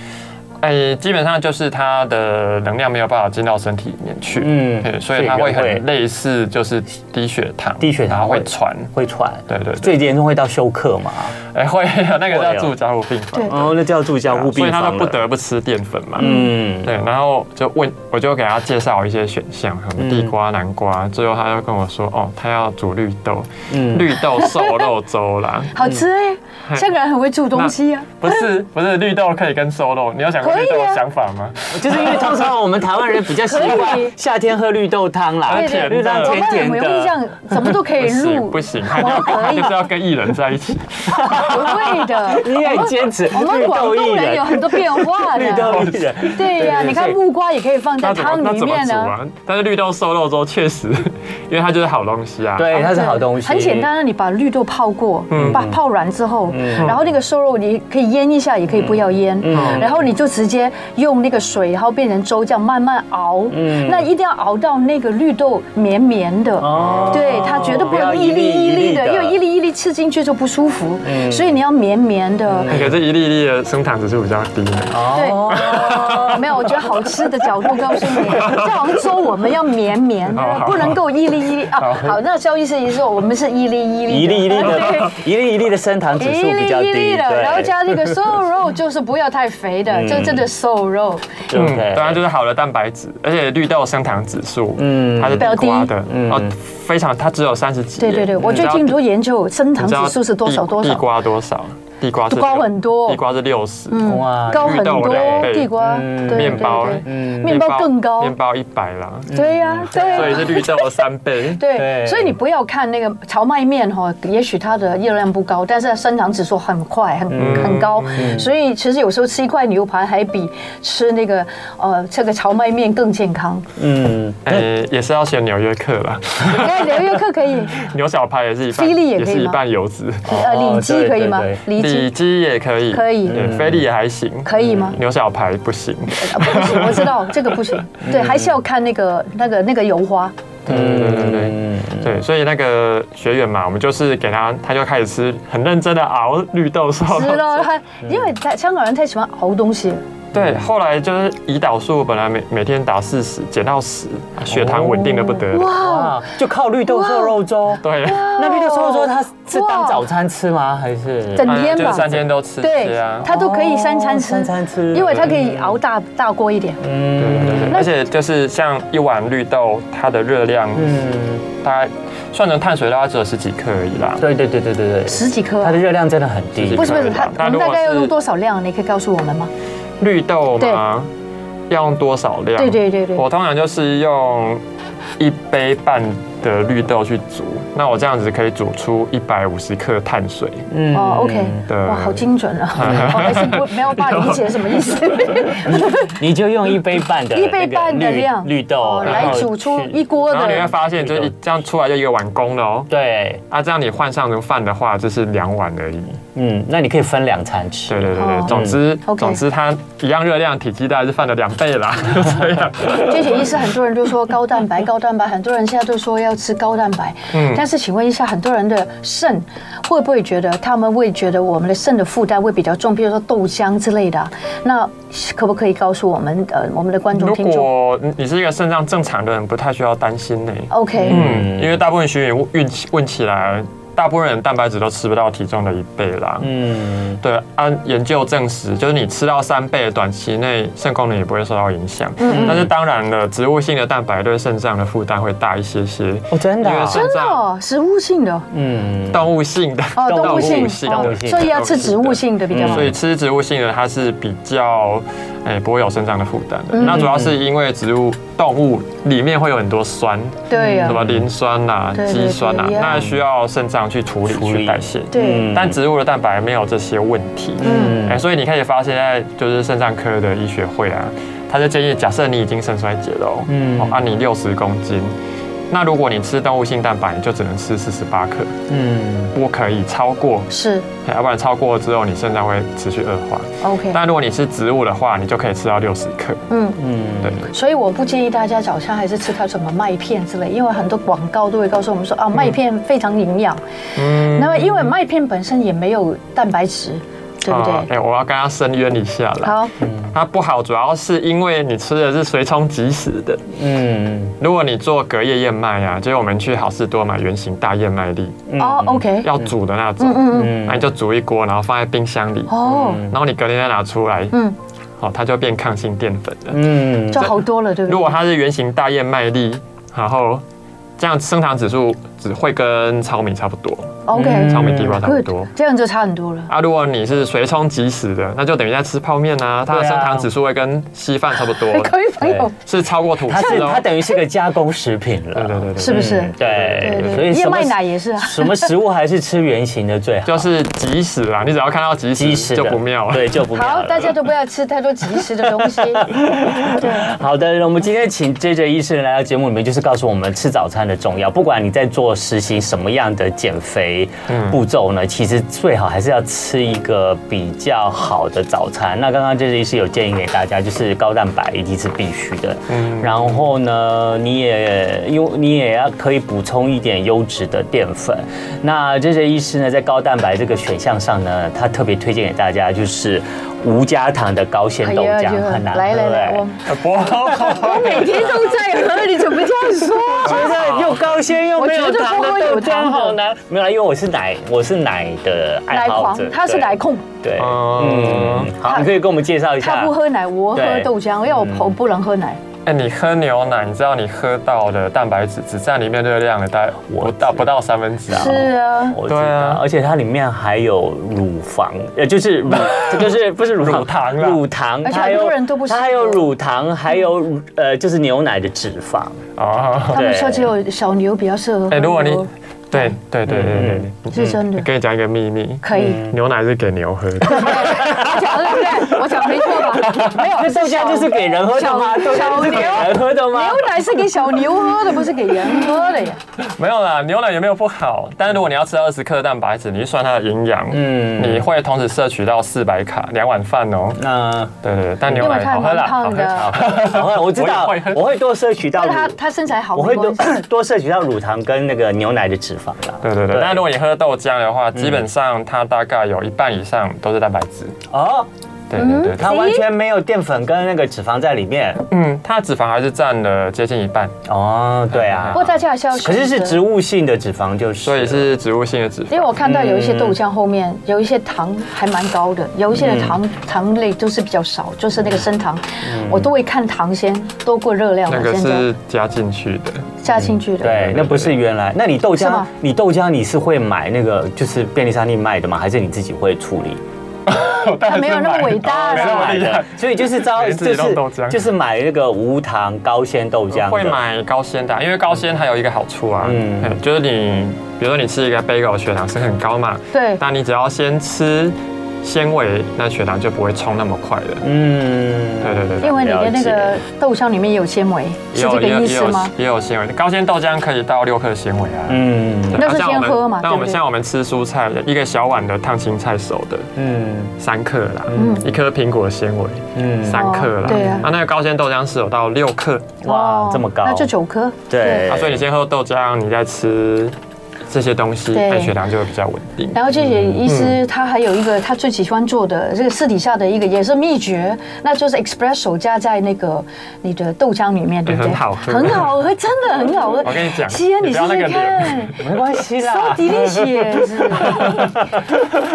S4: 哎，基本上就是它的能量没有办法进到身体里面去，
S3: 嗯
S4: 嗯，所以它会
S3: 所以人会
S4: 很类似就是低血糖，
S3: 低血糖
S4: 然后会
S3: 会
S4: 喘，
S3: 会喘，
S4: 对对对，
S3: 最严重会到休克嘛？
S4: 哎会那个
S3: 会
S4: 叫
S3: 哦
S4: 住加护病房
S2: 对，
S3: 哦，那就要住加护
S4: 啊所
S3: 病
S4: 以他
S3: 房
S4: 都
S3: 了。
S4: 不得不吃淀粉嘛，
S3: 嗯，
S4: 对，然后就问，我就给他介绍一些选项，什么地瓜、南瓜，最后他就跟我说，哦，他要煮绿豆，
S3: 嗯
S4: 绿豆瘦肉 粥啦，
S2: 好吃哎、
S4: 嗯
S2: 香港人很会煮东西啊。
S4: 不是不是绿豆可以跟瘦肉，你有想过
S2: 可以
S4: 绿豆
S2: 啊
S4: 的想法吗？
S3: 就是因为通常我们台湾人比较习
S2: 可以
S3: 惯夏天喝绿豆汤啦，
S4: 对对
S3: 绿豆汤
S2: 我们也
S3: 甜甜
S2: 会这
S3: 的。
S2: 样，怎么都可以啊
S4: 不
S2: 入，
S4: 行不行，他就要跟
S2: 我可
S4: 他
S2: 以
S4: 就是要跟艺人在一起，
S2: 不会的。
S3: 你也坚持
S2: 我们
S3: 绿
S2: 广
S3: 豆
S2: 东
S3: 薏
S2: 人有
S3: 仁，
S2: 很多变化
S3: 绿
S2: 的。
S3: 豆薏仁，
S2: 对呀、
S3: 对对
S2: 你看
S3: 对
S2: 木瓜也可以放在
S4: 那怎
S2: 汤
S4: 么那
S2: 里
S4: 怎么
S2: 面
S4: 煮
S2: 啊，
S4: 啊？但是绿豆瘦肉粥确实，因为它就是好东西啊，
S3: 对，哎它是好东西，嗯
S2: 很简单的，你把绿豆泡过，把泡软之后，然后那个瘦肉你可以腌一下，也可以不要腌，
S3: 嗯
S2: 然后你就直接用那个水，然后变成粥，这样慢慢熬。那一定要熬到那个绿豆绵绵的。
S3: 嗯哦。
S2: 对，它绝对不能一粒一粒的，因为一粒一粒吃进去就不舒服，所以你要绵绵的。
S4: 可是一粒一粒的升糖指数比较低呢。
S2: 对， 没有，我觉得好吃的角度告诉你，在杭州我们要绵绵
S4: 好
S2: 的，
S4: 好
S2: 不能够一粒一粒啊。好，那肖医师也说，我们是一粒一粒的，
S3: 一粒一粒的
S2: 对。，
S3: 一粒一粒的升糖指数比较低，
S2: 一粒一粒
S3: 对，
S2: 的，然后加那个瘦肉，就是不要太肥的，真正的瘦肉。
S3: 对不
S4: 嗯，
S3: 对
S4: 当然就是好的蛋白质，而且绿豆升糖指数，
S3: 嗯
S4: 嗯，它是地瓜的，
S3: 嗯
S4: 哦，非常，它只有三十几
S2: 对
S4: 耶。
S2: 对对，我
S4: 你
S2: 最
S4: 知道
S2: 近
S4: 地
S2: 都研究升糖
S4: 你知道
S2: 指数是多少
S4: 地
S2: 多
S4: 地
S2: 少，
S4: 瓜多少？地瓜是
S2: 地瓜
S4: 六
S2: 很多
S4: 地瓜是六十，
S3: 哇，
S2: 高很
S4: 绿豆
S2: 多
S4: 两，倍
S2: 地瓜，
S3: 嗯
S2: 对
S4: 面包
S2: 对对
S3: 嗯
S2: 面包更高
S4: 面包一百啦，
S2: 对呀，对
S4: 嗯所以
S2: 呀。
S4: 是。绿豆的三倍
S2: 对，
S3: 对
S2: 所以你不要看那个荞麦面哈，也许它的热量不高，但是它升糖指数很快，很
S4: 嗯
S2: 很高，所以其实有时候吃一块牛排还比吃那个呃这个荞麦面更健 康。
S3: 嗯，
S4: 呃，也是要选纽约客啦，
S2: 那纽约客可以，
S4: 牛小排也是一半，
S2: 菲力也可以吗
S4: 是一半油脂，
S2: 呃，
S3: 哦
S2: 里脊
S3: 对
S2: 可以
S3: 对
S2: 吗
S3: 对？
S2: 里
S4: 里
S2: 脊
S4: 脊也可以，
S2: 可以
S4: 对，菲力也还行，
S2: 可以吗？
S4: 牛小排不行，
S2: 呃不行，我知 道这个不行，
S4: 嗯
S2: 对，还是要看那个那个那个油花。
S4: 对对对对对。
S3: 嗯，
S4: 对，所以那个学员嘛，我们就是给他，他就开始吃，很认真的熬绿豆烧。
S2: 是咯，他
S4: 嗯
S2: 因为在香港人太喜欢熬东西了，
S4: 对，后来就是胰岛素本来每每天打四十，减到十，血糖稳定的不得
S3: 哦
S4: 了。
S2: 哇，
S3: 哇，就靠绿豆瘦肉粥。
S4: 对，
S3: 那绿豆瘦肉粥它是当早餐吃吗？还是
S2: 整
S4: 啊
S2: 天
S4: 就是
S2: 吧，
S4: 三天都吃。
S2: 对
S4: 是啊，
S2: 他都可以三餐吃，
S3: 哦三餐吃
S2: 因为他可以熬大大锅一点。
S3: 嗯
S4: 对对对对，而且就是像一碗绿豆，它的热量
S3: 嗯，
S4: 大概算成碳水大概只有十几克而已啦。
S3: 对对对对对对，
S2: 十几颗啊、
S3: 它的热量真的很低
S2: 不。是不是，他
S4: 那
S2: 我们
S4: 如果
S2: 大概要
S4: 是
S2: 用多少量？你可以告诉我们吗？
S4: 绿豆嘛，要用多少量？
S2: 对对对对
S4: 我通常就是用一杯半的绿豆去煮，那我这样子可以煮出一百五十克碳水。
S3: 嗯
S2: 哦，OK，
S4: 对
S2: 哇，好精准 啊！我还是不没有办法理解什么意思。
S3: 你就用一杯半的
S2: 一杯半的量
S3: 绿绿豆
S2: 哦
S3: 然后
S2: 来煮出
S3: 去
S2: 一锅
S4: 然后你会
S2: 的，
S4: 发现，就是一这样出来就一个碗公了哦。
S3: 对，
S4: 啊，这样你换上饭的话，就是两碗而已。
S3: 嗯，那你可以分两餐吃。
S4: 对对对
S2: 哦
S4: 对，总之
S2: OK
S4: 总之它一样热量，体积大概是饭的两倍啦， 就这样。
S2: 这些医师很多人都说高蛋白，高蛋白，很多人现在都说要吃高蛋白。
S4: 嗯
S2: 但是请问一下，很多人的肾会不会觉得他们会觉得我们的肾的负担会比较重，比如说豆浆之类的啊？那可不可以告诉我们呃我们的观众
S4: 如
S2: 听众
S4: 果你是一个肾脏正常的人，不太需要担心呢。
S2: ？OK，
S4: 嗯，因为大部分学员问运气问起来，大部分人蛋白质都吃不到体重的一倍啦。
S3: 嗯，
S4: 对，按研究证实，就是你吃到三倍，短期内肾功能也不会受到影响。
S2: 嗯
S4: 但是当然了，植物性的蛋白对肾脏的负担会大一些些。
S3: 哦，真的啊，
S4: 因为
S2: 嗯
S4: 是
S2: 真的哦，食物性的
S3: 嗯，
S4: 动物性的，
S2: 哦，动物性，
S3: 动
S2: 哦
S3: 物性
S2: 所以要吃植物性的比较好
S4: 所。以吃植物性的它是比较，诶、不会有肾脏的负担的。
S2: 嗯
S4: 那主要是因为植物、动物里面会有很多酸，
S2: 对啊呀
S4: 什，么磷酸呐、
S2: 对对对
S4: 肌酸呐、
S2: 一样
S4: 那需要肾脏去处理、
S3: 处理
S4: 去代谢。
S2: 对，
S3: 嗯
S4: 但植物的蛋白没有这些问题。
S2: 嗯，
S4: 哎、所以你可以发现，在就是肾脏科的医学会啊，他就建议，假设你已经肾衰竭了、哦，
S3: 嗯
S4: 嗯，按、你六十公斤，那如果你吃动物性蛋白，你就只能吃四十八克，
S3: 嗯，
S4: 不可以超过，
S2: 是
S4: 要不然超过之后你肾脏会持续恶化。
S2: OK，
S4: 但如果你吃植物的话，你就可以吃到六十克。
S2: 嗯。
S3: 嗯
S4: 对，
S2: 所以我不建议大家早上还是吃它什么麦片之类，因为很多广告都会告诉我们说啊，麦片非常营养。
S4: 嗯
S2: 那么因为麦片本身也没有蛋白质，对不
S4: 啊
S2: 对？
S4: 哎、我要跟他深渊一下了。
S2: 好，
S4: 它不好，主要是因为你吃的是随冲即食的。
S3: 嗯
S4: 如果你做隔夜燕麦啊，就是我们去好事多买圆形大燕麦粒，
S3: 嗯
S2: 哦，OK，
S4: 要煮的那
S2: 嗯
S4: 种，
S2: 嗯嗯，
S4: 那你
S3: 嗯，
S4: 就煮一锅，然后放在冰箱里，
S2: 哦，
S4: 然后你隔天再拿出来，
S2: 嗯，
S4: 好，它就变抗性淀粉了。
S3: 嗯
S2: 就好多了，对不对？
S4: 如果它是圆形大燕麦粒，然后这样升糖指数只会跟糙米差不多，
S3: 嗯
S2: OK
S4: 糙米地嗯瓜差不
S2: good，
S4: 多。
S2: 这样就差很多了。
S4: 啊，如果你是随冲即食的，那就等于在吃泡面啊，它的
S3: 对啊
S4: 升糖指数会跟稀饭差不多，
S2: 各位朋友，
S4: 是超过吐
S3: 它
S4: 司
S3: 是它
S4: 哦。
S3: 等于是个加工食品了，
S4: 对对对对，
S2: 是不是
S3: 嗯对
S2: 对对
S3: 所以
S2: 燕
S3: 什么
S2: 麦奶也是啊
S3: 什么食物还是吃原形的最好，
S4: 就是即食啦，你只要看到即
S3: 即
S4: 食
S3: 食
S4: 就
S3: 的
S4: 不妙了。
S3: 对，就不妙
S2: 好，
S3: 了
S2: 大家都不要吃太多即食的东西。 对，
S3: 好的，我们今天请 J J 医生来到节目里面，就是告诉我们吃早餐的重要。不管你在做实行什么样的减肥步骤呢，其实最好还是要吃一个比较好的早餐。那刚刚 J J 医师有建议给大家，就是高蛋白一定是必须的。
S4: 嗯
S3: 然后呢，你也因为你也要可以补充一点优质的淀粉。那 J J 医师呢，在高蛋白这个选项上呢，他特别推荐给大家就是无加糖的高纤豆
S2: 哎呀
S3: 浆，
S2: 就
S3: 很难喝
S2: 来来来
S3: 哎
S2: 我
S4: 不好，
S2: 我 每天都在喝，你怎么这样说？
S3: 觉得又高纤又没有糖的豆浆好难。没有啦，因为我是奶，我是奶的 爱
S2: 奶
S3: 好
S2: 狂
S3: 者，，
S2: 他是奶控，
S3: 对。对，
S4: 嗯
S3: 嗯，好，你可以跟我们介绍一下。
S2: 他不喝奶，我喝
S3: 对
S2: 豆浆，因为我我不能喝奶。
S4: 哎、你喝牛奶，你知道你喝到的蛋白质只占里面热量的大概不到不到三分之一。
S2: 是啊，
S3: 我知道，
S4: 对啊
S3: 而且它里面还有乳房，呃，就是乳，这就是不是乳
S4: 乳糖啊啦
S3: 乳糖，
S2: 而且
S3: 它还
S2: 很
S3: 有
S2: 多人都不吃
S3: 它还有乳糖，还有呃，就是牛奶的脂肪。
S4: 哦，
S2: 他们说只有小牛比较适合喝。
S4: 哎、如果你对对对对
S3: 嗯
S4: 对，
S2: 是真的
S4: 跟你讲一个秘密，
S2: 可以，
S4: 牛奶是给牛 喝的。
S2: 我讲对不
S3: 嗯
S2: 对？我讲没错 吧？没有，
S3: 那豆浆就是给人喝的吗？
S2: 小
S3: 豆浆就是给人喝的吗
S2: 牛？奶是给小牛喝的，不是给人喝的呀。
S4: 没有啦，牛奶也没有不好，但是如果你要吃到二十克的蛋白质，你去算它的营养，
S3: 嗯
S4: 你会同时摄取到四百卡，两碗饭哦。
S3: 那
S4: 对对对，但牛
S2: 因为
S4: 奶
S2: 它
S4: 好喝啦，
S2: 蛮
S4: 好
S2: 胖
S4: 喝。
S2: 的，
S3: 啊好了，我知道
S4: 我也会，喝
S3: 我会多摄取到
S2: 但
S3: 乳
S2: 他他身材好，
S3: 我会多
S2: 没关系
S3: 多摄取到乳糖跟那个牛奶的脂肪啦。
S4: 对对对，但如果你喝豆浆的话，基本上它大概有一半以上都是蛋白质。
S3: 哦，
S4: 对对对，
S3: 它
S4: 它
S3: 完全没有淀粉跟那个脂肪在里面。
S4: 嗯，它的脂肪还是占了接近一半，
S3: 哦，对啊
S2: 不。过大家还是要
S3: 可是是
S2: 选择
S3: 植物性的脂肪，就是
S4: 所以是植物性的脂肪。
S2: 因为我看到有一些豆浆后面有一些糖还蛮高的，有一些的糖糖类都是比较少，就是那个升糖，我都会看糖先多过热量
S4: 那
S2: 了，
S4: 个
S2: 现在
S4: 是加进去的，
S2: 加进去的。
S3: 对，那不是原来。那你豆
S2: 是
S3: 浆
S2: 吗，
S3: 你豆浆你是会买那个就是便利商店卖的吗？还是你自己会处理？
S2: 他没有那么伟大
S4: 没那么
S2: 啦
S3: 买
S4: 伟。
S3: 的，所以就是招
S4: 每次
S3: 就
S4: 自己弄
S3: 是
S4: 豆浆
S3: 就是买那个无糖高纤豆浆的。
S4: 会买高纤的啊，因为高纤它有一个好处啊，
S3: 嗯
S4: 嗯，就是你比如说你吃一个 bagel 血糖升很高嘛，
S2: 对，
S4: 那你只要先吃纤维，那血糖就不会冲那么快了。
S3: 嗯，
S4: 对对对对
S2: 因。为你的那个
S3: 了
S2: 豆浆里面有纤维，是
S4: 也
S2: 这
S4: 有
S2: 个
S4: 也有
S2: 意
S4: 也
S2: 思
S4: 有
S2: 吗？
S4: 也有纤维，高纤豆浆可以到六克纤维啊。
S3: 嗯
S4: 对
S2: 那是
S4: 像
S2: 先
S4: 我们
S2: 喝嘛
S4: 那
S2: 对
S4: 我
S2: 不
S4: 们
S2: 对
S4: 像我们吃蔬菜，一个小碗的烫青菜熟的
S3: 嗯
S4: 三克啦，
S2: 嗯
S4: 一颗苹果的纤维
S3: 嗯，
S4: 三克啦
S2: 哦，对啊
S4: 那个高纤豆浆是有到六克，
S3: 哇
S2: 哦
S3: 这么高
S2: 那就九颗。
S3: 对
S4: 啊，所以你先喝豆浆，你再吃这些东西，
S2: 对
S4: 那血糖就会比较稳定。
S2: 然后这些医师他还有一个他最喜欢做的这个私底下的一个也是秘诀，那就是 espresso 加在那个你的豆浆里面，对不对？
S4: 很好喝
S2: 很好喝，真的很好喝。
S4: 我跟你讲
S2: 西安，你
S4: 你不
S2: 试
S4: 要那
S2: 试
S4: 个
S2: 看
S4: 脸
S3: 没关系
S2: ，so
S3: 啦。
S2: delicious。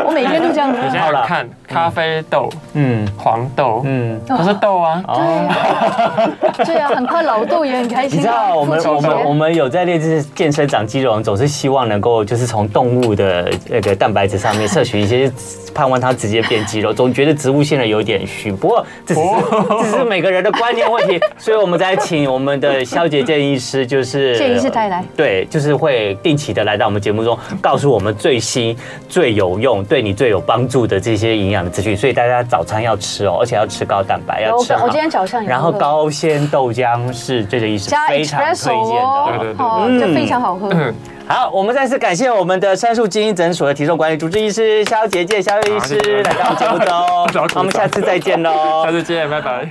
S2: 我每天都这样喝
S4: 你。现
S3: 好
S4: 在
S3: 啦
S4: 看咖啡豆、
S3: 嗯
S4: 黄豆，
S3: 嗯。
S4: 它是豆啊，
S2: 对啊，对啊，很快老豆也很开
S3: 你
S2: 心
S3: 知
S2: 啊。
S3: 道我们
S2: 父亲
S3: 我
S2: 节
S3: 们我们有在练这健身长肌肉，总是希望望能够就是从动物的呃那个蛋白质上面摄取一些，盼望它直接变肌肉，总觉得植物性的有点虚。不过这 只是这只是每个人的观念问题，所以我们在请我们的肖姐建议师，就是
S2: 建议师带来
S3: 对，就是会定期的来到我们节目中，告诉我们最新、最有用、对你最有帮助的这些营养的资讯。所以大家早餐要吃哦，而且要吃高蛋白，要
S2: 我
S3: 吃好。
S2: 我今天早上有
S3: 然后
S2: 那个
S3: 高纤豆浆是这个意思，
S2: 哎加
S3: 非常
S2: espresso
S3: 推荐的
S2: 哦
S3: 哦。
S4: 对对对，对
S2: 哦，这非常好喝。
S3: 好，我们再次感谢我们的杉树基因诊所的体重管理主治医师肖杰介肖医
S4: 好谢谢
S3: 师来到我们节目中，
S4: 找
S3: 好我们下次再见喽，
S4: 下次见，拜拜。